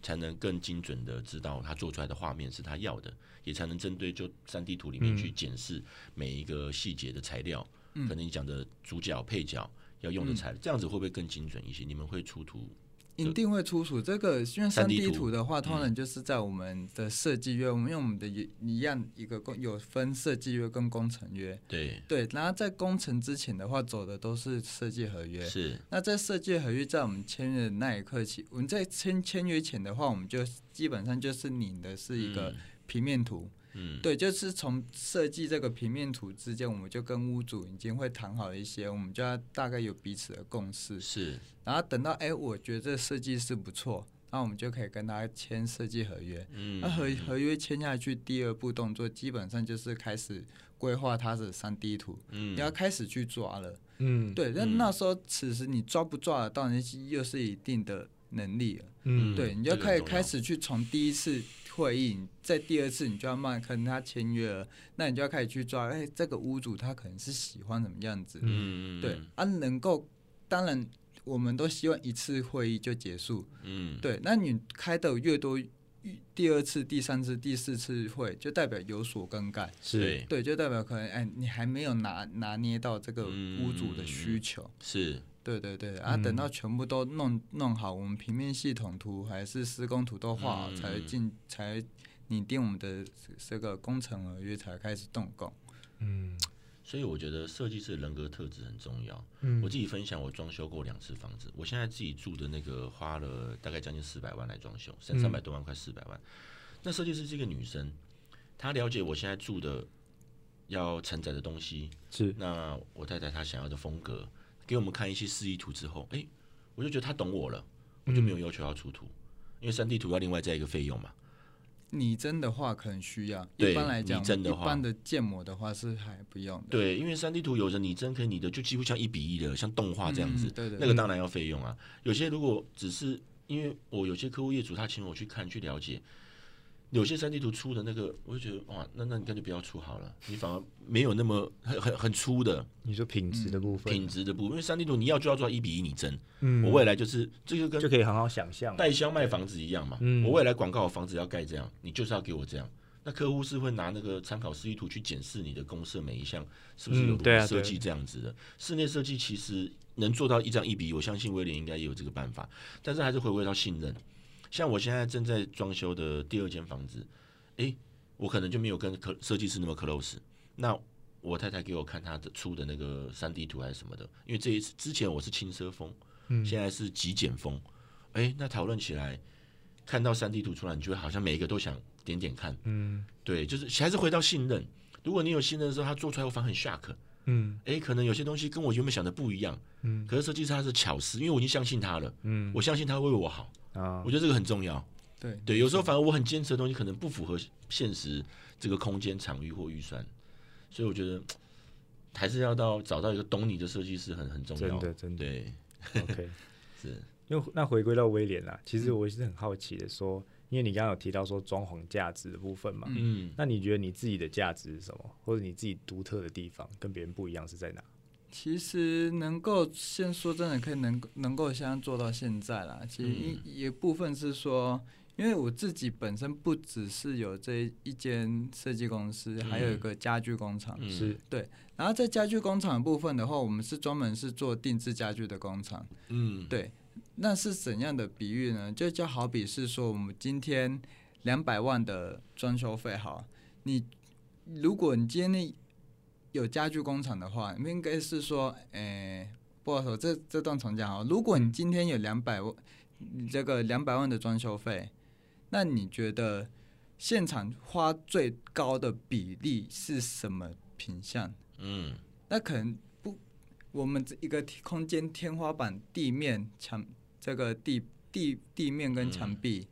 Speaker 3: 才能更精准的知道他做出来的画面是他要的，也才能针对就三 D 图里面去检视每一个细节的材料，可能你讲的主角、配角要用的材料，这样子会不会更精准一些？你们会出图？
Speaker 2: 一定会出土这个，因为
Speaker 3: 3D
Speaker 2: 三 D
Speaker 3: 图
Speaker 2: 图的话，通常就是在我们的设计约，我们用我们的一一样一个工有分设计约跟工程约。
Speaker 3: 对，
Speaker 2: 对，然后在工程之前的话，走的都是设计合约。
Speaker 3: 是，
Speaker 2: 那在设计合约在我们签约的那一刻起，我们在签签约前的话，我们就基本上就是领的是一个平面图，
Speaker 3: 嗯，
Speaker 2: 对，就是从设计这个平面图之间，我们就跟屋主已经会谈好一些，我们就要大概有彼此的共识，
Speaker 3: 是，
Speaker 2: 然后等到哎，我觉得这设计师不错，那我们就可以跟他签设计合约。
Speaker 3: 嗯，
Speaker 2: 那合合约签下去，第二步动作基本上就是开始规划他的三 D 图，
Speaker 3: 嗯
Speaker 2: 你要开始去抓了。
Speaker 1: 嗯
Speaker 2: 对，但
Speaker 3: 嗯
Speaker 2: 那时候此时你抓不抓得到，那是又是一定的能力了。
Speaker 1: 嗯，
Speaker 2: 对，你
Speaker 3: 这
Speaker 2: 就
Speaker 3: 个
Speaker 2: 可以
Speaker 3: 很重
Speaker 2: 开
Speaker 3: 要
Speaker 2: 始去从第一次会议，你在第二次你就要慢，可能他签约了，那你就要开始去抓，哎，这个屋主他可能是喜欢什么样子，
Speaker 3: 嗯，
Speaker 2: 对，啊，能够，当然我们都希望一次会议就结束，
Speaker 3: 嗯，
Speaker 2: 对，那你开的越多。第二次、第三次、第四次会，就代表有所更改，
Speaker 1: 是
Speaker 3: 对
Speaker 2: 对，就代表可能哎，你还没有拿拿捏到这个屋主
Speaker 3: 嗯嗯嗯
Speaker 2: 的需求，
Speaker 3: 是，
Speaker 2: 对对对，
Speaker 3: 嗯
Speaker 2: 啊，等到全部都弄弄好，我们平面系统图还是施工图都画好，
Speaker 3: 嗯
Speaker 2: 才会进才拟定我们的这个工程合约，才开始动工。
Speaker 1: 嗯
Speaker 3: 所以我觉得设计师的人格特质很重要。
Speaker 1: 嗯
Speaker 3: 我自己分享，我装修过两次房子，我现在自己住的那个花了大概将近四百万来装修，三
Speaker 1: 嗯
Speaker 3: 三百多万，快四百万。那设计师是一个女生，她了解我现在住的要承载的东西，
Speaker 1: 是
Speaker 3: 那我太太她想要的风格，给我们看一些示意图之后，诶，我就觉得她懂我了，我
Speaker 1: 嗯
Speaker 3: 就没有要求要出图，因为三 D 图要另外再一个费用嘛。
Speaker 2: 拟真的话可能需要，
Speaker 3: 对
Speaker 2: 一般来讲，
Speaker 3: 拟真的话
Speaker 2: 一般的建模的话是还不用的。
Speaker 3: 对，因为三 D 图有着拟真可以拟的就几乎像一比一的，像动啊画这样子。
Speaker 2: 嗯对对
Speaker 3: 那个当然要费用啊。有些如果只是因为我有些客户业主他请我去看去了解，有些三 D 图出的那个，我就觉得哇，那那你干脆不要出好了，你反而没有那么很很很粗的
Speaker 1: 你说品质的部分，
Speaker 3: 嗯品质的部分。因为三 D 图你要就要做到一比一拟真，
Speaker 1: 嗯
Speaker 3: 我未来就是这就跟
Speaker 1: 就可以好好想象。啊
Speaker 3: 代销卖房子一样嘛。
Speaker 1: 嗯
Speaker 3: 我未来广告房子要盖这样，你就是要给我这样。那客户是会拿那个参考示意图去检视你的公社每一项是不是有
Speaker 1: 嗯对啊
Speaker 3: 设计这样子的。室内设计其实能做到一张一比一，我相信威廉应该也有这个办法，但是还是回归到信任。像我现在正在装修的第二间房子，诶，我可能就没有跟客设计师那么 close。那我太太给我看她的出的那个三 D 图还是什么的，因为这一次之前我是轻奢风，
Speaker 1: 嗯
Speaker 3: 现在是极简风，诶，那讨论起来，看到三 D 图出来，你就会好像每一个都想点点看，
Speaker 1: 嗯
Speaker 3: 对，就是还是回到信任。如果你有信任的时候，他做出来我反而很 shock，
Speaker 1: 嗯
Speaker 3: 诶，可能有些东西跟我原本想的不一样，
Speaker 1: 嗯，
Speaker 3: 可是设计师他是巧思，因为我已经相信他了，
Speaker 1: 嗯
Speaker 3: 我相信他会为我好，
Speaker 1: 啊
Speaker 3: 我觉得这个很重要。
Speaker 2: 对
Speaker 3: 对，有时候反而我很坚持的东西可能不符合现实这个空间、场域或预算，所以我觉得还是要到找到一个懂你的设计师很很重
Speaker 1: 真
Speaker 3: 要。
Speaker 1: 的真的嗯
Speaker 3: 对，嗯
Speaker 1: ，OK。
Speaker 3: 是
Speaker 1: 因为那回归到威廉啦，其实我是很好奇的说，因为你刚刚有提到说装潢价值的部分嘛，
Speaker 3: 嗯，
Speaker 1: 那你觉得你自己的价值是什么，或者你自己独特的地方跟别人不一样是在哪？
Speaker 2: 其实能够现说真的，可以能够能够现在做到现在啦。其实
Speaker 3: 嗯
Speaker 2: 一、一部分是说，因为我自己本身不只是有这一间设计公司，还有一
Speaker 3: 嗯
Speaker 2: 个家具工厂。
Speaker 3: 嗯
Speaker 1: 是，
Speaker 2: 然后在家具工厂的部分的话，我们是专门是做定制家具的工厂。
Speaker 3: 嗯，
Speaker 2: 对，那是怎样的比喻呢？就就好比是说，我们今天两百万的装修费，好，你如果你今天有家具工厂的话，应该是说，诶、不好说，这这段重讲好。如果你今天有两百万，这个两百万的装修费，那你觉得现场花最高的比例是什么品相？
Speaker 3: 嗯
Speaker 2: 那可能不，我们这一个天空间天花板、地面、墙这个地地地面跟墙壁，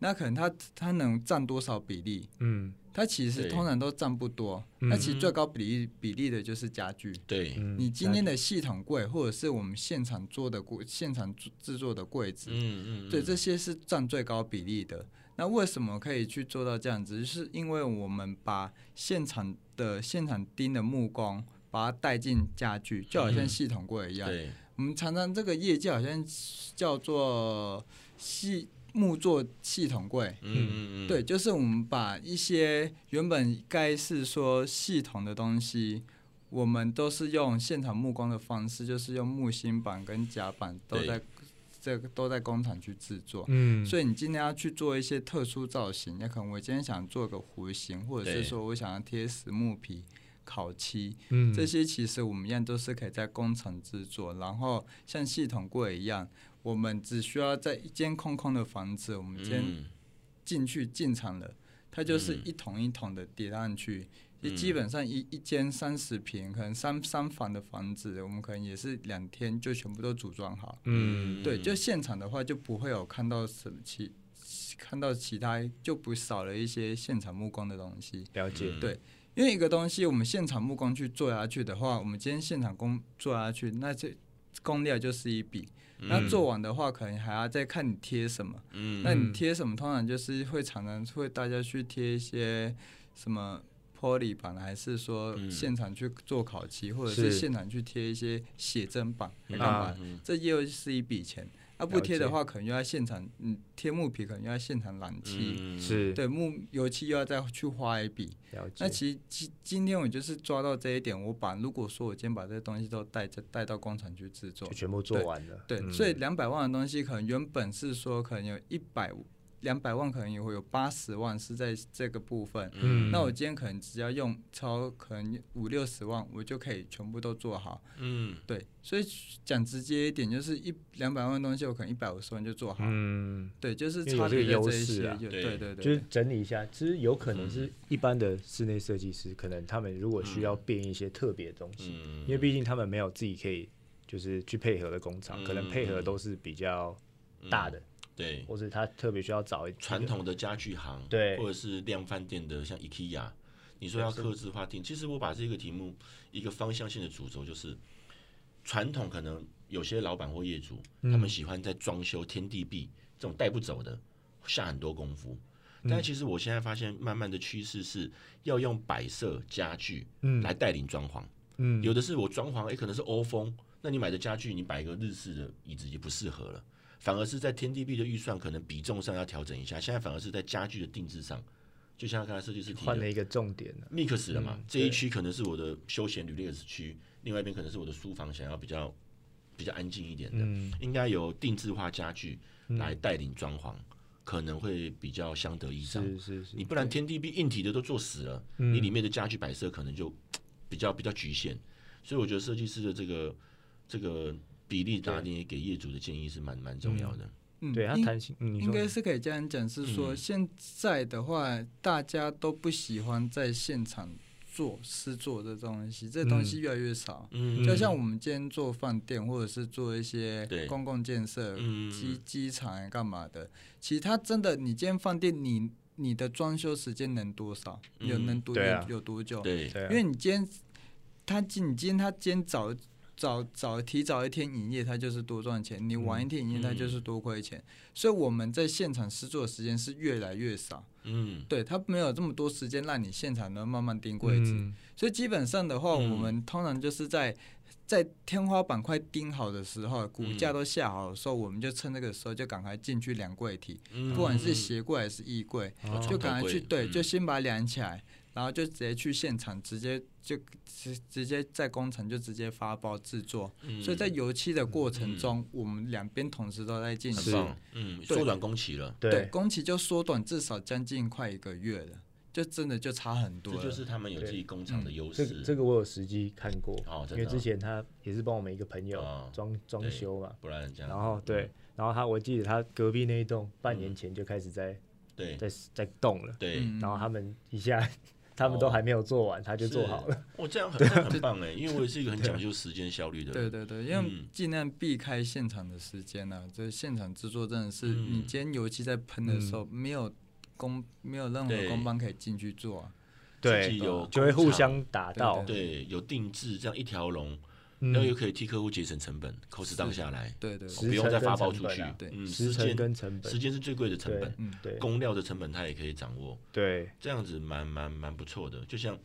Speaker 2: 那可能它它能占多少比例？
Speaker 1: 嗯
Speaker 2: 它其实
Speaker 3: 对
Speaker 2: 通常都占不多。
Speaker 1: 嗯
Speaker 2: 那其实最高比例比例的就是家具。
Speaker 3: 对，
Speaker 1: 嗯，
Speaker 2: 你今天的系统柜，或者是我们现场做的柜、现场制制作的柜子，
Speaker 3: 嗯嗯，
Speaker 2: 对，这些是占最高比例的。那为什么可以去做到这样子？就是因为我们把现场的现场钉的木工，把它带进家具，就好像
Speaker 3: 嗯
Speaker 2: 系统柜一样。
Speaker 3: 对，
Speaker 2: 我们常常这个业界好像叫做系木作系统柜。
Speaker 3: 嗯嗯嗯，
Speaker 2: 对，就是我们把一些原本该是说系统的东西，我们都是用现场木工的方式，就是用木芯板跟夹板都
Speaker 3: 对
Speaker 2: 在这个都在工厂去制作。
Speaker 1: 嗯，
Speaker 2: 所以你今天要去做一些特殊造型，也可能我今天想做个弧形，或者
Speaker 3: 对
Speaker 2: 是说我想要贴实木皮、烤漆，
Speaker 1: 嗯
Speaker 2: 这些其实我们一样都是可以在工厂制作。然后像系统柜一样，我们只需要在一间空空的房子，我们先
Speaker 3: 嗯
Speaker 2: 进去进场了，它就是
Speaker 3: 嗯
Speaker 2: 一桶一桶的叠上去。
Speaker 3: 嗯
Speaker 2: 基本上一一间三十平，可能三三房的房子，我们可能也是两天就全部都组装好。
Speaker 1: 嗯
Speaker 2: 对，就现场的话就不会有看到什么其看到其他就不少了一些现场木工的东西，
Speaker 1: 了
Speaker 3: 嗯
Speaker 1: 解，
Speaker 2: 对因为一个东西我们现场木工去做下去的话，我们今天现场工做下去，那这工料就是一笔，那做完的话可能还要再看你贴什么，
Speaker 3: 嗯
Speaker 2: 那你贴什么通常就是会常常会大家去贴一些什么。poly 板还是说
Speaker 3: 嗯
Speaker 2: 现场去做烤漆，或者
Speaker 1: 是
Speaker 2: 是现场去贴一些写真板、
Speaker 3: 嗯
Speaker 2: 黑板
Speaker 1: 啊
Speaker 2: 板，这又是一笔钱。啊，不
Speaker 1: 了
Speaker 2: 贴的
Speaker 1: 解
Speaker 2: 话，可能又要现场，嗯，贴木皮可能又要现场染
Speaker 1: 嗯
Speaker 2: 漆，
Speaker 3: 嗯
Speaker 1: 是
Speaker 2: 嗯对，木油漆又要再去花一笔。
Speaker 1: 了解
Speaker 2: 那。其实今今天我就是抓到这一点，我把如果说我今天把这东西都带着带到工厂去制作
Speaker 1: 就，全部做完了，
Speaker 2: 对，
Speaker 1: 嗯
Speaker 2: 所以两百万的东西，可能原本是说可能有一百两百万，可能也会有八十万是在这个部分。
Speaker 1: 嗯
Speaker 2: 那我今天可能只要用超可能五六十万，我就可以全部都做好。
Speaker 3: 嗯
Speaker 2: 对，所以讲直接一点，就是一两百万的东西，我可能一百五十万就做好。
Speaker 1: 嗯，
Speaker 2: 对，就是
Speaker 1: 因为有
Speaker 2: 差
Speaker 1: 这个
Speaker 2: 别在
Speaker 1: 优
Speaker 2: 这一
Speaker 1: 势
Speaker 2: 些，
Speaker 1: 啊
Speaker 2: 就
Speaker 3: 对
Speaker 2: 对对对，嗯
Speaker 1: 就是整理一下，其实有可能是一般的室内设计师，可能他们如果需要变一些特别的东西，
Speaker 3: 嗯
Speaker 1: 因为毕竟他们没有自己可以就是去配合的工厂，
Speaker 3: 嗯
Speaker 1: 可能配合都是比较大的，
Speaker 2: 嗯
Speaker 3: 对
Speaker 1: 或是他特别需要找一
Speaker 3: 传统的家具行，
Speaker 1: 对
Speaker 3: 或者是量贩店的像 IKEA，你说要刻字化定，其实我把这个题目一个方向性的主轴就是，传统可能有些老板或业主，他
Speaker 1: 嗯
Speaker 3: 们喜欢在装修天地壁这种带不走的下很多功夫。
Speaker 1: 嗯
Speaker 3: 但其实我现在发现，慢慢的趋势是要用摆设家具来带领装潢。
Speaker 1: 嗯
Speaker 3: 有的是我装潢，也可能是欧风，那你买的家具，你摆一个日式的椅子也不适合了，反而是在天地壁的预算可能比重上要调整一下。现在反而是在家具的定制上，就像刚才设计师提
Speaker 1: 换
Speaker 3: 的
Speaker 1: 了一个嗯重点了，
Speaker 3: mix 了嘛，这一区可能是我的休闲旅猎区，另外一边可能是我的书房，想要比较比较安静一点的，
Speaker 1: 嗯
Speaker 3: 应该由定制化家具来带领装潢，可能会比较相得益彰。
Speaker 1: 是是是，
Speaker 3: 你不然天地壁硬体的都做死了，
Speaker 2: 嗯
Speaker 3: 你里面的家具摆设可能就比较比较局限。所以我觉得设计师的这个这个比例拿捏给业主的建议是蛮蛮重要的。
Speaker 2: 嗯
Speaker 1: 对他
Speaker 2: 应
Speaker 1: 弹性，嗯你
Speaker 2: 应
Speaker 1: 说
Speaker 2: 该是可以这样讲，是
Speaker 3: 嗯
Speaker 2: 说现在的话，大家都不喜欢在现场做施做的东西，这东西越来越少。
Speaker 3: 嗯
Speaker 2: 就像我们今天做饭店，或者是做一些
Speaker 3: 对
Speaker 2: 公共建设、
Speaker 3: 嗯
Speaker 2: 机机场啊干嘛的，其实它真的，你今天饭店你你的装修时间能多少？有
Speaker 3: 嗯
Speaker 2: 能多
Speaker 1: 对啊
Speaker 2: 有有多久？
Speaker 3: 对，
Speaker 1: 对啊
Speaker 2: 因为你今天他今你今天他今天早早早提早一天营业，它就是多赚钱；你晚一天营业，它就是多亏钱。
Speaker 3: 嗯
Speaker 2: 所以我们在现场施作的时间是越来越少，
Speaker 3: 嗯，
Speaker 2: 对，它没有这么多时间让你现场能慢慢定位置。
Speaker 1: 嗯
Speaker 2: 所以基本上的话，
Speaker 3: 嗯
Speaker 2: 我们通常就是在在天花板快钉好的时候，股价
Speaker 3: 嗯
Speaker 2: 都下好的时候，我们就趁这个时候就赶快进去量柜体，
Speaker 3: 嗯
Speaker 2: 不管是鞋柜还是衣柜，
Speaker 1: 哦
Speaker 2: 就赶快
Speaker 3: 头柜
Speaker 2: 去对，
Speaker 3: 嗯
Speaker 2: 就先把它量起来，然后就直接去现场，直接就直直接在工厂就直接发包制作。
Speaker 3: 嗯
Speaker 2: 所以在油漆的过程中，我们两边同时都在进
Speaker 3: 很
Speaker 1: 是
Speaker 2: 行。
Speaker 3: 棒，嗯，缩短工期了，
Speaker 1: 对，
Speaker 2: 工期就缩短至少将近快一个月了，就真的就差很多
Speaker 3: 这
Speaker 2: 了。
Speaker 3: 就是他们有自己工
Speaker 2: 嗯
Speaker 3: 厂的优
Speaker 1: 这
Speaker 3: 势
Speaker 1: 个。这个我有实际看过，
Speaker 3: 哦，
Speaker 1: 因
Speaker 3: 真
Speaker 1: 为
Speaker 3: 的
Speaker 1: 之
Speaker 3: 哦，
Speaker 1: 前他也是帮我们一个朋友
Speaker 3: 哦
Speaker 1: 装装
Speaker 3: 对嗯
Speaker 1: 修嘛，
Speaker 3: 不然这样，
Speaker 1: 然后对，然后他我记得他隔壁那一栋半
Speaker 3: 嗯
Speaker 1: 年前就开始在
Speaker 3: 对
Speaker 1: 在在动了，
Speaker 3: 对，
Speaker 2: 嗯
Speaker 1: 然后他们一 下他们都
Speaker 3: 哦
Speaker 1: 还没有做完，他就是做好了，。
Speaker 3: 哦，这样很这样很棒哎，因为我也是一个很讲究时间效率的
Speaker 2: 对
Speaker 3: 人。
Speaker 2: 对对，因为
Speaker 3: 嗯
Speaker 2: 尽量避开现场的时间呢、啊，这现场制作真的是，
Speaker 3: 嗯
Speaker 2: 你今天油漆在喷的时候，没有工没有任何
Speaker 3: 对
Speaker 2: 工班可以进去做啊、
Speaker 3: 自己有
Speaker 1: 就会互
Speaker 3: 工厂
Speaker 1: 相打到，
Speaker 3: 对有定制这样一条龙，
Speaker 1: 嗯
Speaker 3: 然后又可以替客户节省成本，cost 当下来，哦
Speaker 2: 对对对
Speaker 1: 是
Speaker 3: 不用再发包出
Speaker 1: 时程
Speaker 3: 去
Speaker 1: 跟成本啊。
Speaker 2: 对
Speaker 3: 嗯，
Speaker 1: 时
Speaker 3: 时
Speaker 1: 程
Speaker 3: 间
Speaker 1: 跟成
Speaker 3: 时
Speaker 1: 本，
Speaker 3: 间是最贵的成本，
Speaker 2: 嗯，
Speaker 1: 对
Speaker 3: 工料的成本他也可以掌握，
Speaker 1: 对
Speaker 3: 这样子蛮蛮蛮不错的。就像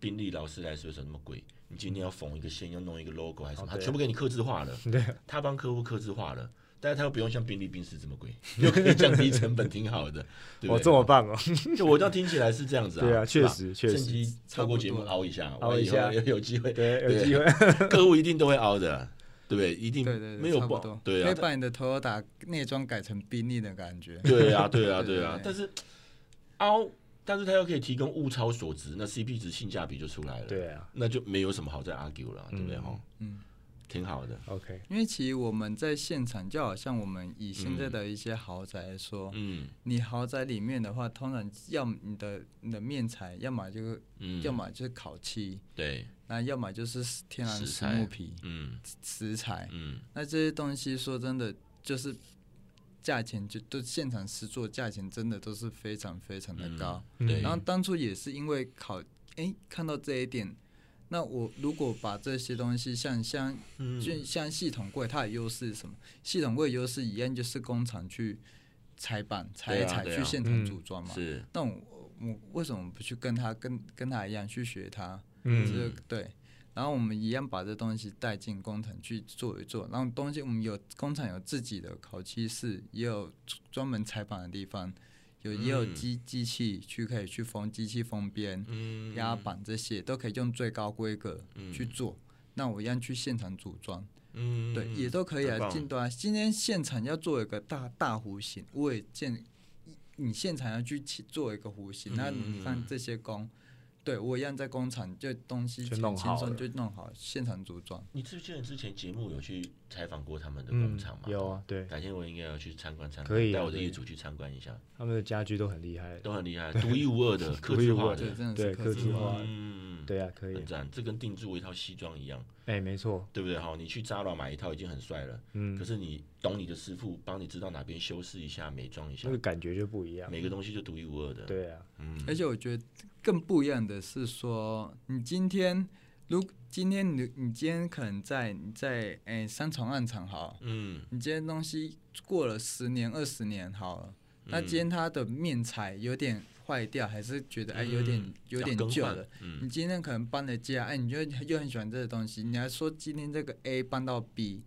Speaker 3: 宾利、劳斯莱斯为什么那么贵？你今天要缝一个线，要弄一个 logo 还是什么，
Speaker 1: 哦
Speaker 3: 他
Speaker 1: 对啊
Speaker 3: 全部给你刻字化了，
Speaker 1: 对，
Speaker 3: 他帮客户刻字化了。但是他又不用像宾利、宾士这么贵，又可以降低成本， 挺好的，对不
Speaker 1: 哦
Speaker 3: 对？
Speaker 1: 这么棒哦，
Speaker 3: 就我这样听起来是这样子啊，
Speaker 1: 对啊，
Speaker 3: 是
Speaker 1: 确
Speaker 3: 吧
Speaker 1: 实确
Speaker 3: 趁
Speaker 1: 实，
Speaker 3: 机透过节目熬一下，
Speaker 1: 多
Speaker 3: 我以后
Speaker 1: 熬一下
Speaker 3: 有 有机会，
Speaker 1: 对，有
Speaker 3: 对
Speaker 1: 机会，
Speaker 3: 客户一定都会熬的，啊对不对？一定
Speaker 2: 对对对，
Speaker 3: 没有
Speaker 2: 差
Speaker 3: 不
Speaker 2: 不多，
Speaker 3: 对
Speaker 2: 可
Speaker 3: 啊
Speaker 2: 以，把你的 Toyota 内装改成宾利的感觉。
Speaker 3: 对啊，对啊，
Speaker 2: 对
Speaker 3: 对啊
Speaker 2: 对。
Speaker 3: 但是凹，但是它又可以提供物超所值，那 CP 值性价比就出来了，
Speaker 1: 对啊
Speaker 3: 那就没有什么好再 argue 了，对不对？
Speaker 1: 嗯
Speaker 3: 哈，
Speaker 2: 嗯，
Speaker 3: 挺好的，
Speaker 1: ，OK，
Speaker 2: 因为其实我们在现场，就好像我们以现在的一些豪宅来说，
Speaker 3: 嗯
Speaker 2: 你豪宅里面的话，通常要么你的你的面材，要么就是、
Speaker 3: 嗯，
Speaker 2: 要么就是烤漆，
Speaker 3: 对，
Speaker 2: 那要么就是天然
Speaker 3: 食
Speaker 2: 实
Speaker 3: 材
Speaker 2: 木皮
Speaker 3: 嗯
Speaker 2: 食材。
Speaker 3: 嗯，
Speaker 2: 那这些东西说真的，就是价钱就都现场实做，价钱真的都是非常非常的高。
Speaker 1: 嗯
Speaker 3: 对
Speaker 2: 然后当初也是因为考，诶，看到这一点，那我如果把这些东西像像
Speaker 3: 嗯
Speaker 2: 就像系统柜，它的优势是什么？系统柜的优势一样就是工厂去拆板、拆
Speaker 3: 对
Speaker 2: 一
Speaker 3: 啊
Speaker 2: 拆，
Speaker 3: 对啊
Speaker 2: 去现场
Speaker 1: 嗯
Speaker 2: 组装嘛。
Speaker 3: 是
Speaker 2: 那我我为什么不去跟他跟跟他一样去学他？
Speaker 1: 嗯，
Speaker 2: 这对。然后我们一样把这东西带进工厂去做一做，然后东西我们有工厂有自己的烤漆室，也有专门采访的地方，有也有
Speaker 3: 嗯
Speaker 2: 机机器去可以去封机器封边、
Speaker 3: 嗯
Speaker 2: 压板这些都可以用最高规格去做。那我一样去现场组装，
Speaker 3: 嗯
Speaker 2: 对，也都可以
Speaker 3: 很
Speaker 2: 来
Speaker 3: 棒
Speaker 2: 进端。今天现场要做一个大大弧形，我也建你现场要去起做一个弧形，那
Speaker 3: 嗯
Speaker 2: 你看这些工，对我一样在工厂就东西
Speaker 1: 就
Speaker 2: 很
Speaker 1: 弄
Speaker 2: 轻
Speaker 1: 好了
Speaker 2: 松就弄好，现场组装。
Speaker 3: 你之前之前节目有去采访过他们的工
Speaker 1: 嗯
Speaker 3: 厂吗？，
Speaker 1: 有啊，对，
Speaker 3: 改天我应该要去参观参观，
Speaker 1: 可以啊
Speaker 3: 带我的
Speaker 1: 可以
Speaker 3: 业主去参观一下，
Speaker 1: 他们的家具都很厉害，
Speaker 3: 都很厉害，独一无 二的，
Speaker 1: 独
Speaker 3: 客
Speaker 1: 一
Speaker 3: 制
Speaker 1: 无
Speaker 3: 化
Speaker 1: 二
Speaker 3: 的
Speaker 1: 对
Speaker 2: 对，，真的
Speaker 1: 对
Speaker 2: 是客
Speaker 1: 客制
Speaker 2: 制
Speaker 1: 化
Speaker 2: 化。
Speaker 3: 嗯，
Speaker 1: 对啊，可以
Speaker 3: 很，赞，这跟定制为一套西装一样，
Speaker 1: 哎，没错，
Speaker 3: 对不对？哈，你去 Zara 买一套已经很帅了，
Speaker 1: 嗯
Speaker 3: 可，是你懂你的师傅，帮你知道哪边修饰一下、美妆一下
Speaker 1: 那，个感觉就不一样，
Speaker 3: 每个东西就独一无二的。，
Speaker 1: 对啊，
Speaker 3: 嗯，
Speaker 2: 而且我觉得更不一样的是说，你今天如今天你你今天可能在你在诶三床暗场好了，
Speaker 3: 嗯，
Speaker 2: 你今天东西过了十年二十年好了，那
Speaker 3: 嗯
Speaker 2: 今天它的面材有点坏掉，还是觉得哎有点
Speaker 3: 嗯
Speaker 2: 有
Speaker 3: 要
Speaker 2: 点
Speaker 3: 更
Speaker 2: 旧
Speaker 3: 换
Speaker 2: 了。，
Speaker 3: 嗯
Speaker 2: 你今天可能搬了家，哎，你就又很喜欢这个东西，你还说今天这个 A 搬到 B，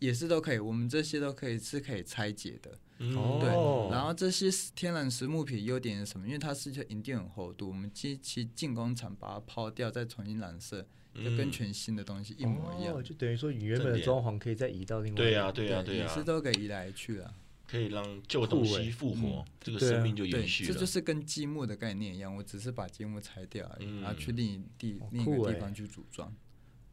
Speaker 2: 也是都可以，我们这些都可以是可以拆解的。
Speaker 3: 嗯
Speaker 2: 对
Speaker 1: 哦
Speaker 2: 然后这些天然实木皮优点是什么？因为它是就一定很厚度，我们其其进工厂把它抛掉，再重新染色，就跟
Speaker 3: 嗯
Speaker 2: 全新的东西一模一样。
Speaker 1: 哦就等于说你原本的
Speaker 3: 正点
Speaker 1: 装潢可以再移到另外一个，
Speaker 3: 对啊呀，对呀，对
Speaker 2: 也是
Speaker 3: 呀，
Speaker 2: 都可以移来去啊了。
Speaker 3: 可以让旧东
Speaker 1: 酷欸
Speaker 3: 西复活，这个
Speaker 1: 对啊
Speaker 3: 生命就
Speaker 2: 嗯对，
Speaker 3: 延续
Speaker 2: 这就
Speaker 3: 了。
Speaker 2: 是跟积木的概念一样，我只是把积木拆掉而已，
Speaker 3: 嗯
Speaker 2: 然后去另一地
Speaker 1: 哦
Speaker 2: 另一
Speaker 1: 酷
Speaker 2: 个
Speaker 1: 欸
Speaker 2: 地方去组装。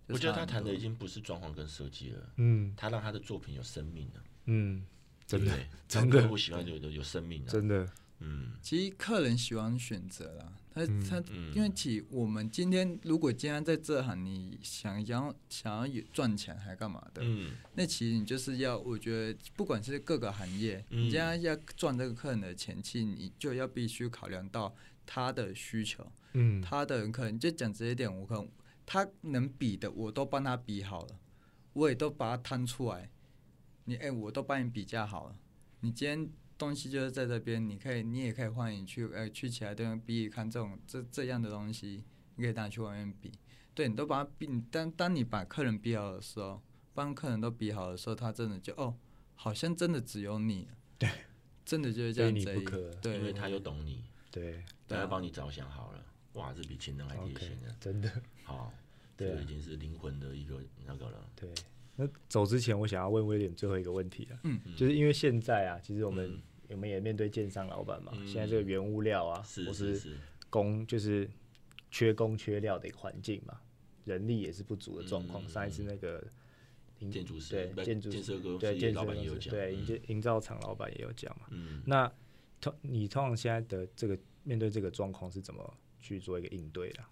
Speaker 2: 就
Speaker 3: 我觉得
Speaker 2: 差
Speaker 3: 他
Speaker 2: 很
Speaker 3: 谈的
Speaker 2: 多
Speaker 3: 已经不是装潢跟设计了，
Speaker 1: 嗯
Speaker 3: 他让他的作品有生命了，
Speaker 1: 嗯，
Speaker 3: 对
Speaker 1: 真
Speaker 3: 不
Speaker 1: 的
Speaker 3: 对？
Speaker 1: 真的
Speaker 3: 让客户喜欢有有有生命了，
Speaker 1: 真的，
Speaker 3: 嗯
Speaker 2: 其实客人喜欢选择啦，他
Speaker 1: 嗯
Speaker 2: 他
Speaker 3: 嗯
Speaker 2: 因为其实我们今天如果今天在这行，你想要想要有赚钱还干嘛的？
Speaker 3: 嗯
Speaker 2: 那其实你就是要，我觉得不管是各个行业，
Speaker 3: 嗯
Speaker 2: 你今天要赚这个客人的钱，其实你就要必须考量到他的需求，
Speaker 1: 嗯
Speaker 2: 他的可能就讲直接点，我可能他能比的我都帮他比好了，我也都把它摊出来。你哎、我都帮你比价好了。你今天东西就是在这边，你可以，你也可以欢迎去呃去其他地方比比看这种这这样的东西，你可以拿去外面比。对你都把它比，你当当你把客人比好的时候，帮客人都比好的时候，他真的就哦，好像真的只有你，对，真的就是这
Speaker 1: 非
Speaker 2: 样
Speaker 1: 你
Speaker 2: 子而
Speaker 1: 不
Speaker 2: 已。
Speaker 1: 可
Speaker 2: 对，
Speaker 3: 因为他又懂你，
Speaker 1: 对啊
Speaker 3: 他要帮你着想好了。哇，这比情人还贴
Speaker 1: ，OK，
Speaker 3: 心呢。
Speaker 1: 真的
Speaker 3: 好，
Speaker 1: 对啊
Speaker 3: 这个已经是灵魂的一个那个了。
Speaker 1: 对。那走之前，我想要问威廉最后一个问题啊，
Speaker 2: 嗯，
Speaker 1: 就是因为现在啊，其实我们、
Speaker 3: 嗯
Speaker 1: 我们也面对建商老板嘛，
Speaker 3: 嗯
Speaker 1: 现在这个原物料啊，
Speaker 3: 是
Speaker 1: 或
Speaker 3: 是
Speaker 1: 是
Speaker 3: 是，
Speaker 1: 工就是缺工缺料的一个环境嘛，人力也是不足的状况。
Speaker 3: 嗯
Speaker 1: 上一次那个营
Speaker 3: 建筑师
Speaker 1: 对
Speaker 3: 不
Speaker 1: 建筑
Speaker 3: 建设公
Speaker 1: 对
Speaker 3: 司
Speaker 1: 建
Speaker 3: 老
Speaker 1: 设
Speaker 3: 板
Speaker 1: 公
Speaker 3: 也有
Speaker 1: 司
Speaker 3: 讲
Speaker 1: 对
Speaker 3: 嗯
Speaker 1: 营建营造厂老板也有讲嘛。
Speaker 3: 嗯，
Speaker 1: 那通你通常现在的这个面对这个状况是怎么去做一个应对啦？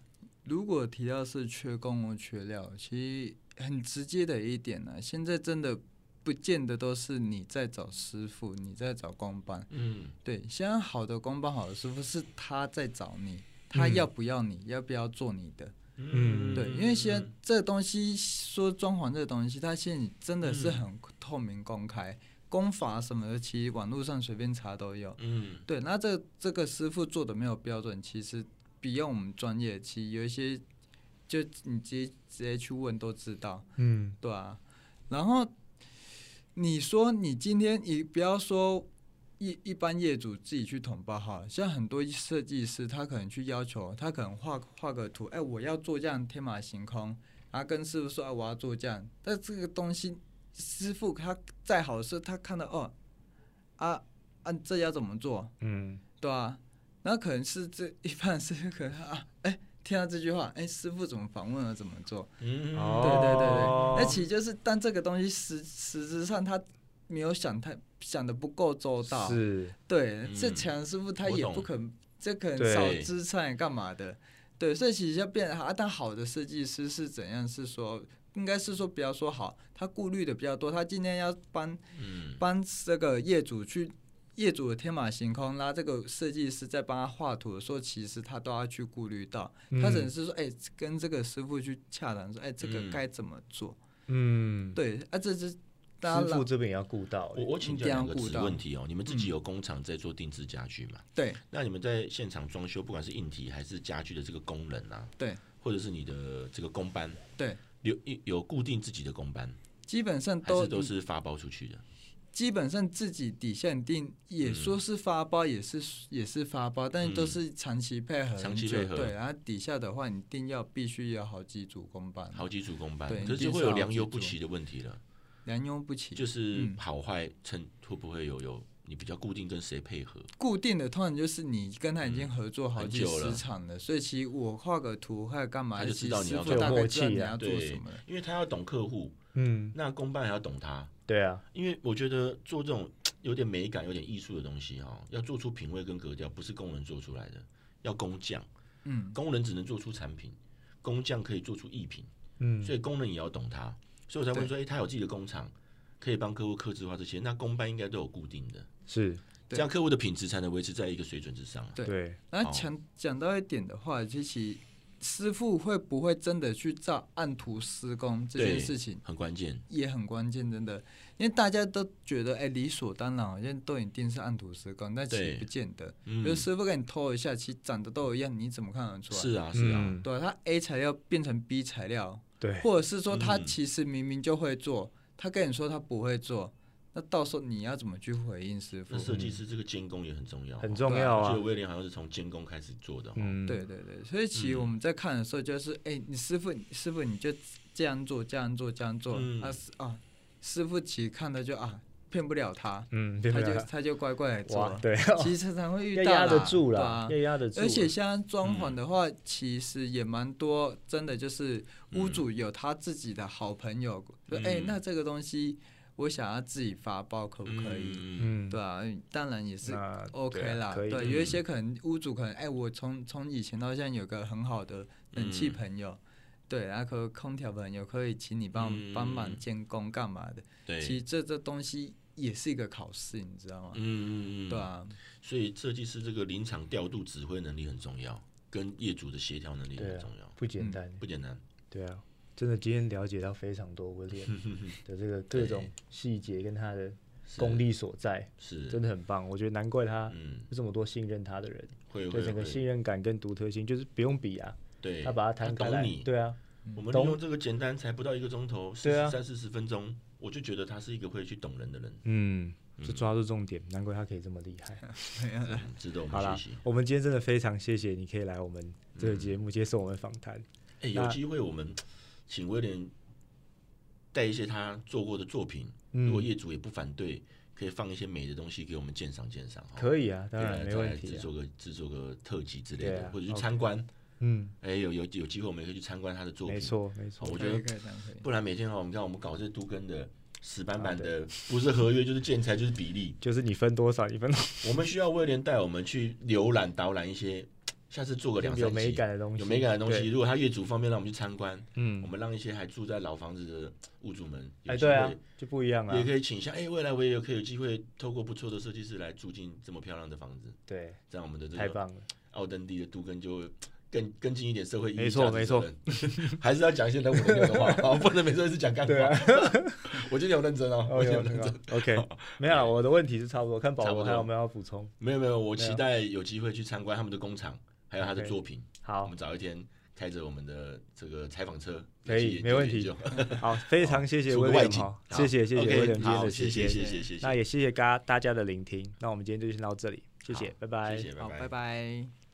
Speaker 2: 如果提到是缺工或缺料，其实很直接的一点呢、现在真的不见得都是你在找师傅，你在找工班。
Speaker 3: 嗯
Speaker 2: 对，现在好的工班、好的师傅是他在找你，他要不要你，要不要做你的。
Speaker 1: 嗯
Speaker 2: 对，因为现在这个东西说装潢这个东西，它现在真的是很透明公开，工法什么的，其实网络上随便查都有。
Speaker 3: 嗯
Speaker 2: 对，那这这个师傅做的没有标准，其实比我们专业，其实有一些就你直接直接去问都知道，
Speaker 1: 嗯
Speaker 2: 对啊。然后你说你今天你不要说一一般业主自己去统包好了，像很多设计师他可能去要求，他可能画画个图，哎，我要做这样天马行空，然后跟师傅说，哎，我要做这样，但这个东西师傅他再好是，他看到哦，啊啊，这要怎么做？
Speaker 1: 嗯，
Speaker 2: 对啊，那可能是这一般是可能啊，哎、听到这句话，哎、师傅怎么访问了怎么做？
Speaker 3: 嗯
Speaker 1: 哦
Speaker 2: 对对对对，那其实就是，但这个东西实实质上他没有想太想的不够周到，
Speaker 1: 是
Speaker 2: 对，
Speaker 3: 嗯
Speaker 2: 这强师傅他
Speaker 3: 我
Speaker 2: 也
Speaker 3: 懂
Speaker 2: 不可能，这可能
Speaker 1: 对
Speaker 2: 少资产干嘛的？对，所以其实要变啊，但好的设计师是怎样？是说，应该是说不要说好，他顾虑的比较多，他今天要帮
Speaker 3: 嗯
Speaker 1: 哦
Speaker 2: 帮这个业主去业主的天马行空拉这个设计师在帮他画图的时候，其实他都要去顾虑到，他
Speaker 1: 嗯
Speaker 2: 只能是说，哎、跟这个师傅去洽谈说，哎、这个
Speaker 3: 嗯
Speaker 2: 该怎么做？
Speaker 1: 嗯，
Speaker 2: 对，啊，这是大家
Speaker 1: 师
Speaker 2: 拉
Speaker 1: 傅这边也要顾到欸、
Speaker 3: 我我请教
Speaker 2: 一定要
Speaker 3: 两个
Speaker 2: 顾
Speaker 3: 子
Speaker 2: 到嗯
Speaker 3: 问题哦，你们自己有工厂在做定制家具吗？
Speaker 2: 对
Speaker 3: 那你们在现场装修，不管是硬体还是家具的这个工人啊，
Speaker 2: 对
Speaker 3: 或者是你的这个工班，
Speaker 2: 对，
Speaker 3: 有有固定自己的工班，
Speaker 2: 基本上
Speaker 3: 还
Speaker 2: 都
Speaker 3: 是都是发包出去的？
Speaker 2: 基本上自己底线定
Speaker 3: 嗯
Speaker 2: 也说是发包，也是也是发包，但是都是长期配合很久，
Speaker 3: 长期配合
Speaker 2: 对，然后底下的话，你一定要必须有好几组公办，
Speaker 3: 好几组工班
Speaker 2: 对，
Speaker 3: 可是就
Speaker 2: 一定是
Speaker 3: 会有
Speaker 2: 好
Speaker 3: 良
Speaker 2: 几
Speaker 3: 莠
Speaker 2: 组
Speaker 3: 不齐的问题了，
Speaker 2: 良莠不齐。
Speaker 3: 就是
Speaker 2: 嗯
Speaker 3: 好坏称会不会有有你比较固定跟谁配合？
Speaker 2: 固定的通常就是你跟他已经合作好
Speaker 3: 嗯
Speaker 2: 几
Speaker 3: 很久了
Speaker 2: 十场了，所以其实我画个图或者干嘛，
Speaker 3: 他就
Speaker 2: 其
Speaker 3: 知
Speaker 2: 实
Speaker 3: 道你
Speaker 2: 师
Speaker 3: 要
Speaker 2: 傅大
Speaker 1: 干嘛
Speaker 2: 概知道你
Speaker 1: 有默契啊
Speaker 2: 要做什
Speaker 3: 对
Speaker 2: 么了。，
Speaker 3: 因为他要懂客户，
Speaker 1: 嗯，
Speaker 3: 那公办还要懂他，
Speaker 1: 对啊，
Speaker 3: 因为我觉得做这种有点美感、有点艺术的东西哈、要做出品味跟格调，不是工人做出来的，要工匠。
Speaker 2: 嗯，
Speaker 3: 工人只能做出产品，工匠可以做出艺品，
Speaker 1: 嗯，
Speaker 3: 所以工人也要懂他。所以我才会说，诶，他有自己的工厂，可以帮客户刻制化这些。那工班应该都有固定的，
Speaker 1: 是
Speaker 2: 对
Speaker 3: 这样客户的品质才能维持在一个水准之上啊。
Speaker 2: 对
Speaker 1: 对，
Speaker 2: 然后
Speaker 3: 哦
Speaker 2: 讲讲到一点的话，就其实师傅会不会真的去照按图施工这件
Speaker 3: 对
Speaker 2: 事情，
Speaker 3: 很关键。
Speaker 2: 也很关键，真的，因为大家都觉得哎、理所当然，好像都一定是按图施工，但其
Speaker 3: 对
Speaker 2: 实不见得。
Speaker 3: 嗯
Speaker 2: 就是，师傅给你偷一下，其实长得都一样，你怎么看得出来？
Speaker 3: 是啊，是啊，
Speaker 1: 嗯
Speaker 2: 对啊，他 A 材料变成 B 材料，
Speaker 1: 对，
Speaker 2: 或者是说他
Speaker 3: 嗯
Speaker 2: 其实明明就会做，他跟你说他不会做，那到时候你要怎么去回应师傅
Speaker 3: 那？设计师这个监工也很重要哦，
Speaker 1: 很重要
Speaker 3: 我记
Speaker 1: 啊
Speaker 3: 得，威廉好像是从监工开始做的哦。
Speaker 1: 嗯，
Speaker 2: 对对对，所以其实我们在看的时候，就是哎、你师傅师傅你就这样做，这样做，这样做，
Speaker 3: 嗯
Speaker 2: 啊师啊，师傅其实看的就啊骗不了他，
Speaker 1: 嗯，对
Speaker 2: 他
Speaker 1: 对
Speaker 2: 就
Speaker 1: 对，
Speaker 2: 他就乖乖地做
Speaker 1: 哇，
Speaker 2: 了。
Speaker 1: 对，
Speaker 2: 其实常常会遇
Speaker 1: 要
Speaker 2: 到
Speaker 1: 压得
Speaker 2: 啦
Speaker 1: 住
Speaker 2: 对
Speaker 1: 啦
Speaker 2: 啊，
Speaker 1: 要压得住，
Speaker 2: 而且像
Speaker 3: 嗯
Speaker 2: 装潢的话，其实也蛮多，真的就是屋主有他自己的好朋友，说
Speaker 3: 嗯
Speaker 2: 哎、那这个东西我想要自己发包，可不可以？
Speaker 3: 嗯，
Speaker 1: 嗯，
Speaker 2: 对啊，当然也是
Speaker 1: 那
Speaker 2: OK
Speaker 1: 对啊
Speaker 2: 啦。
Speaker 1: 可以
Speaker 2: 对，有一些可能屋主可能哎、我从从以前到现在有个很好的冷气
Speaker 3: 嗯
Speaker 2: 朋友，对，然后可空调朋友可以请你帮
Speaker 3: 嗯
Speaker 2: 帮忙监工干嘛的？
Speaker 3: 对，
Speaker 2: 其实这这东西也是一个考试，你知道吗？
Speaker 3: 嗯嗯嗯，
Speaker 2: 对。啊，
Speaker 3: 所以设计师这个临场调度指挥能力很重要，跟业主的协调能力也
Speaker 1: 对
Speaker 3: 很
Speaker 1: 啊
Speaker 2: 嗯
Speaker 3: 重要，
Speaker 1: 不简单，
Speaker 3: 不简单。
Speaker 1: 对啊，真的今天了解到非常多威 廉的这个各种细节跟他的功力所在，
Speaker 3: 是，
Speaker 1: 真的很棒。我觉得难怪他
Speaker 3: 嗯，
Speaker 1: 有这么多信任他的人，
Speaker 3: 会
Speaker 1: 对
Speaker 3: 会
Speaker 1: 整个
Speaker 3: 会，
Speaker 1: 信任感跟独特性就是不用比啊，
Speaker 3: 对
Speaker 1: 他，把它摊
Speaker 3: 他
Speaker 1: 开
Speaker 3: 懂
Speaker 1: 来
Speaker 3: 你，
Speaker 1: 对啊，
Speaker 3: 我们利
Speaker 1: 懂
Speaker 3: 用这个简单才不到一个钟头，四
Speaker 1: 对啊
Speaker 3: 十三四十分钟，我就觉得他是一个会去懂人的人，
Speaker 1: 嗯，就抓住重点，难怪他可以这么厉害。
Speaker 3: 嗯值得我
Speaker 1: 好
Speaker 3: 们
Speaker 1: 啦
Speaker 3: 学习。，
Speaker 1: 我们今天真的非常谢谢你可以来我们这个节目接受我们访谈。
Speaker 3: 哎，有机会我们请威廉带一些他做过的作品，如果
Speaker 1: 嗯，
Speaker 3: 业主也不反对，可以放一些美的东西给我们鉴赏鉴赏哈。
Speaker 1: 可以啊，当
Speaker 3: 再来
Speaker 1: 然没
Speaker 3: 再来
Speaker 1: 问题
Speaker 3: 制
Speaker 1: 啊。
Speaker 3: 作个制作个特辑之类
Speaker 1: 对
Speaker 3: 的，
Speaker 1: 啊
Speaker 3: 或者去
Speaker 1: OK
Speaker 3: 参观。
Speaker 1: 嗯，
Speaker 3: 哎，有有有机会我们也可以去参观他的作
Speaker 1: 没
Speaker 3: 品。
Speaker 1: 错没
Speaker 3: 我
Speaker 1: 错，
Speaker 3: 觉得
Speaker 2: 可以可以这样可以。
Speaker 3: 不然每天哦，你看我们搞这都跟的死板板
Speaker 1: 啊
Speaker 3: 的，不是合约就是建材就是比例。
Speaker 1: 就是你分多少，你分多
Speaker 3: 我们需要威廉带我们去浏览导览一些，下次做个两
Speaker 1: 少有
Speaker 3: 三集
Speaker 1: 美感的东西，
Speaker 3: 有美感的东西。
Speaker 1: 对。
Speaker 3: 如果他业主方面让我们去参观，我
Speaker 1: 嗯，
Speaker 3: 们让一些还住在老房子的屋主们，有
Speaker 1: 哎，
Speaker 3: 机
Speaker 1: 对啊
Speaker 3: 会，
Speaker 1: 就不一样啊
Speaker 3: 也。可以倾向，哎、未来我也有可以有机会透过不错的设计师来住进这么漂亮的房子，
Speaker 1: 对，
Speaker 3: 这样我们的这
Speaker 1: 太
Speaker 3: 个
Speaker 1: 棒 了。
Speaker 3: 奥登地的杜根就会更更近一点社会意义。
Speaker 1: 没错没错，
Speaker 3: 还是要讲一些人 文的话， 好不能每次都是讲干话。
Speaker 1: 对啊
Speaker 3: 我今天有认真哦，我
Speaker 1: OK
Speaker 3: 今天有认 真。
Speaker 1: OK OK，没 有了，我的问题是差不多，看宝
Speaker 3: 差不
Speaker 1: 宝
Speaker 3: 多
Speaker 1: 还有没有要补充。
Speaker 3: 没有没有，我
Speaker 1: 没有
Speaker 3: 期待有机会去参观他们的工厂，还有他的
Speaker 1: OK
Speaker 3: 作品。我
Speaker 1: 好
Speaker 3: 们，找一天开着我们的这个采访车，
Speaker 1: 可以
Speaker 3: 一起
Speaker 1: 没问题
Speaker 3: 研究研 究
Speaker 1: 好，非常谢谢
Speaker 3: 出个
Speaker 1: 威
Speaker 3: 哦外
Speaker 1: 廉
Speaker 3: 景
Speaker 1: 哈，
Speaker 3: 好
Speaker 1: 谢谢谢谢
Speaker 3: OK，
Speaker 1: 威廉今天
Speaker 3: 好
Speaker 1: 的
Speaker 3: 谢
Speaker 1: 时
Speaker 3: 谢
Speaker 1: 间，
Speaker 3: 谢谢谢谢，
Speaker 1: 那也谢谢大家大家的聆听。那我们今天就先到这里，谢谢
Speaker 3: 好，
Speaker 1: 拜拜
Speaker 3: 谢。谢，拜
Speaker 2: 好，
Speaker 3: 拜
Speaker 2: 拜。拜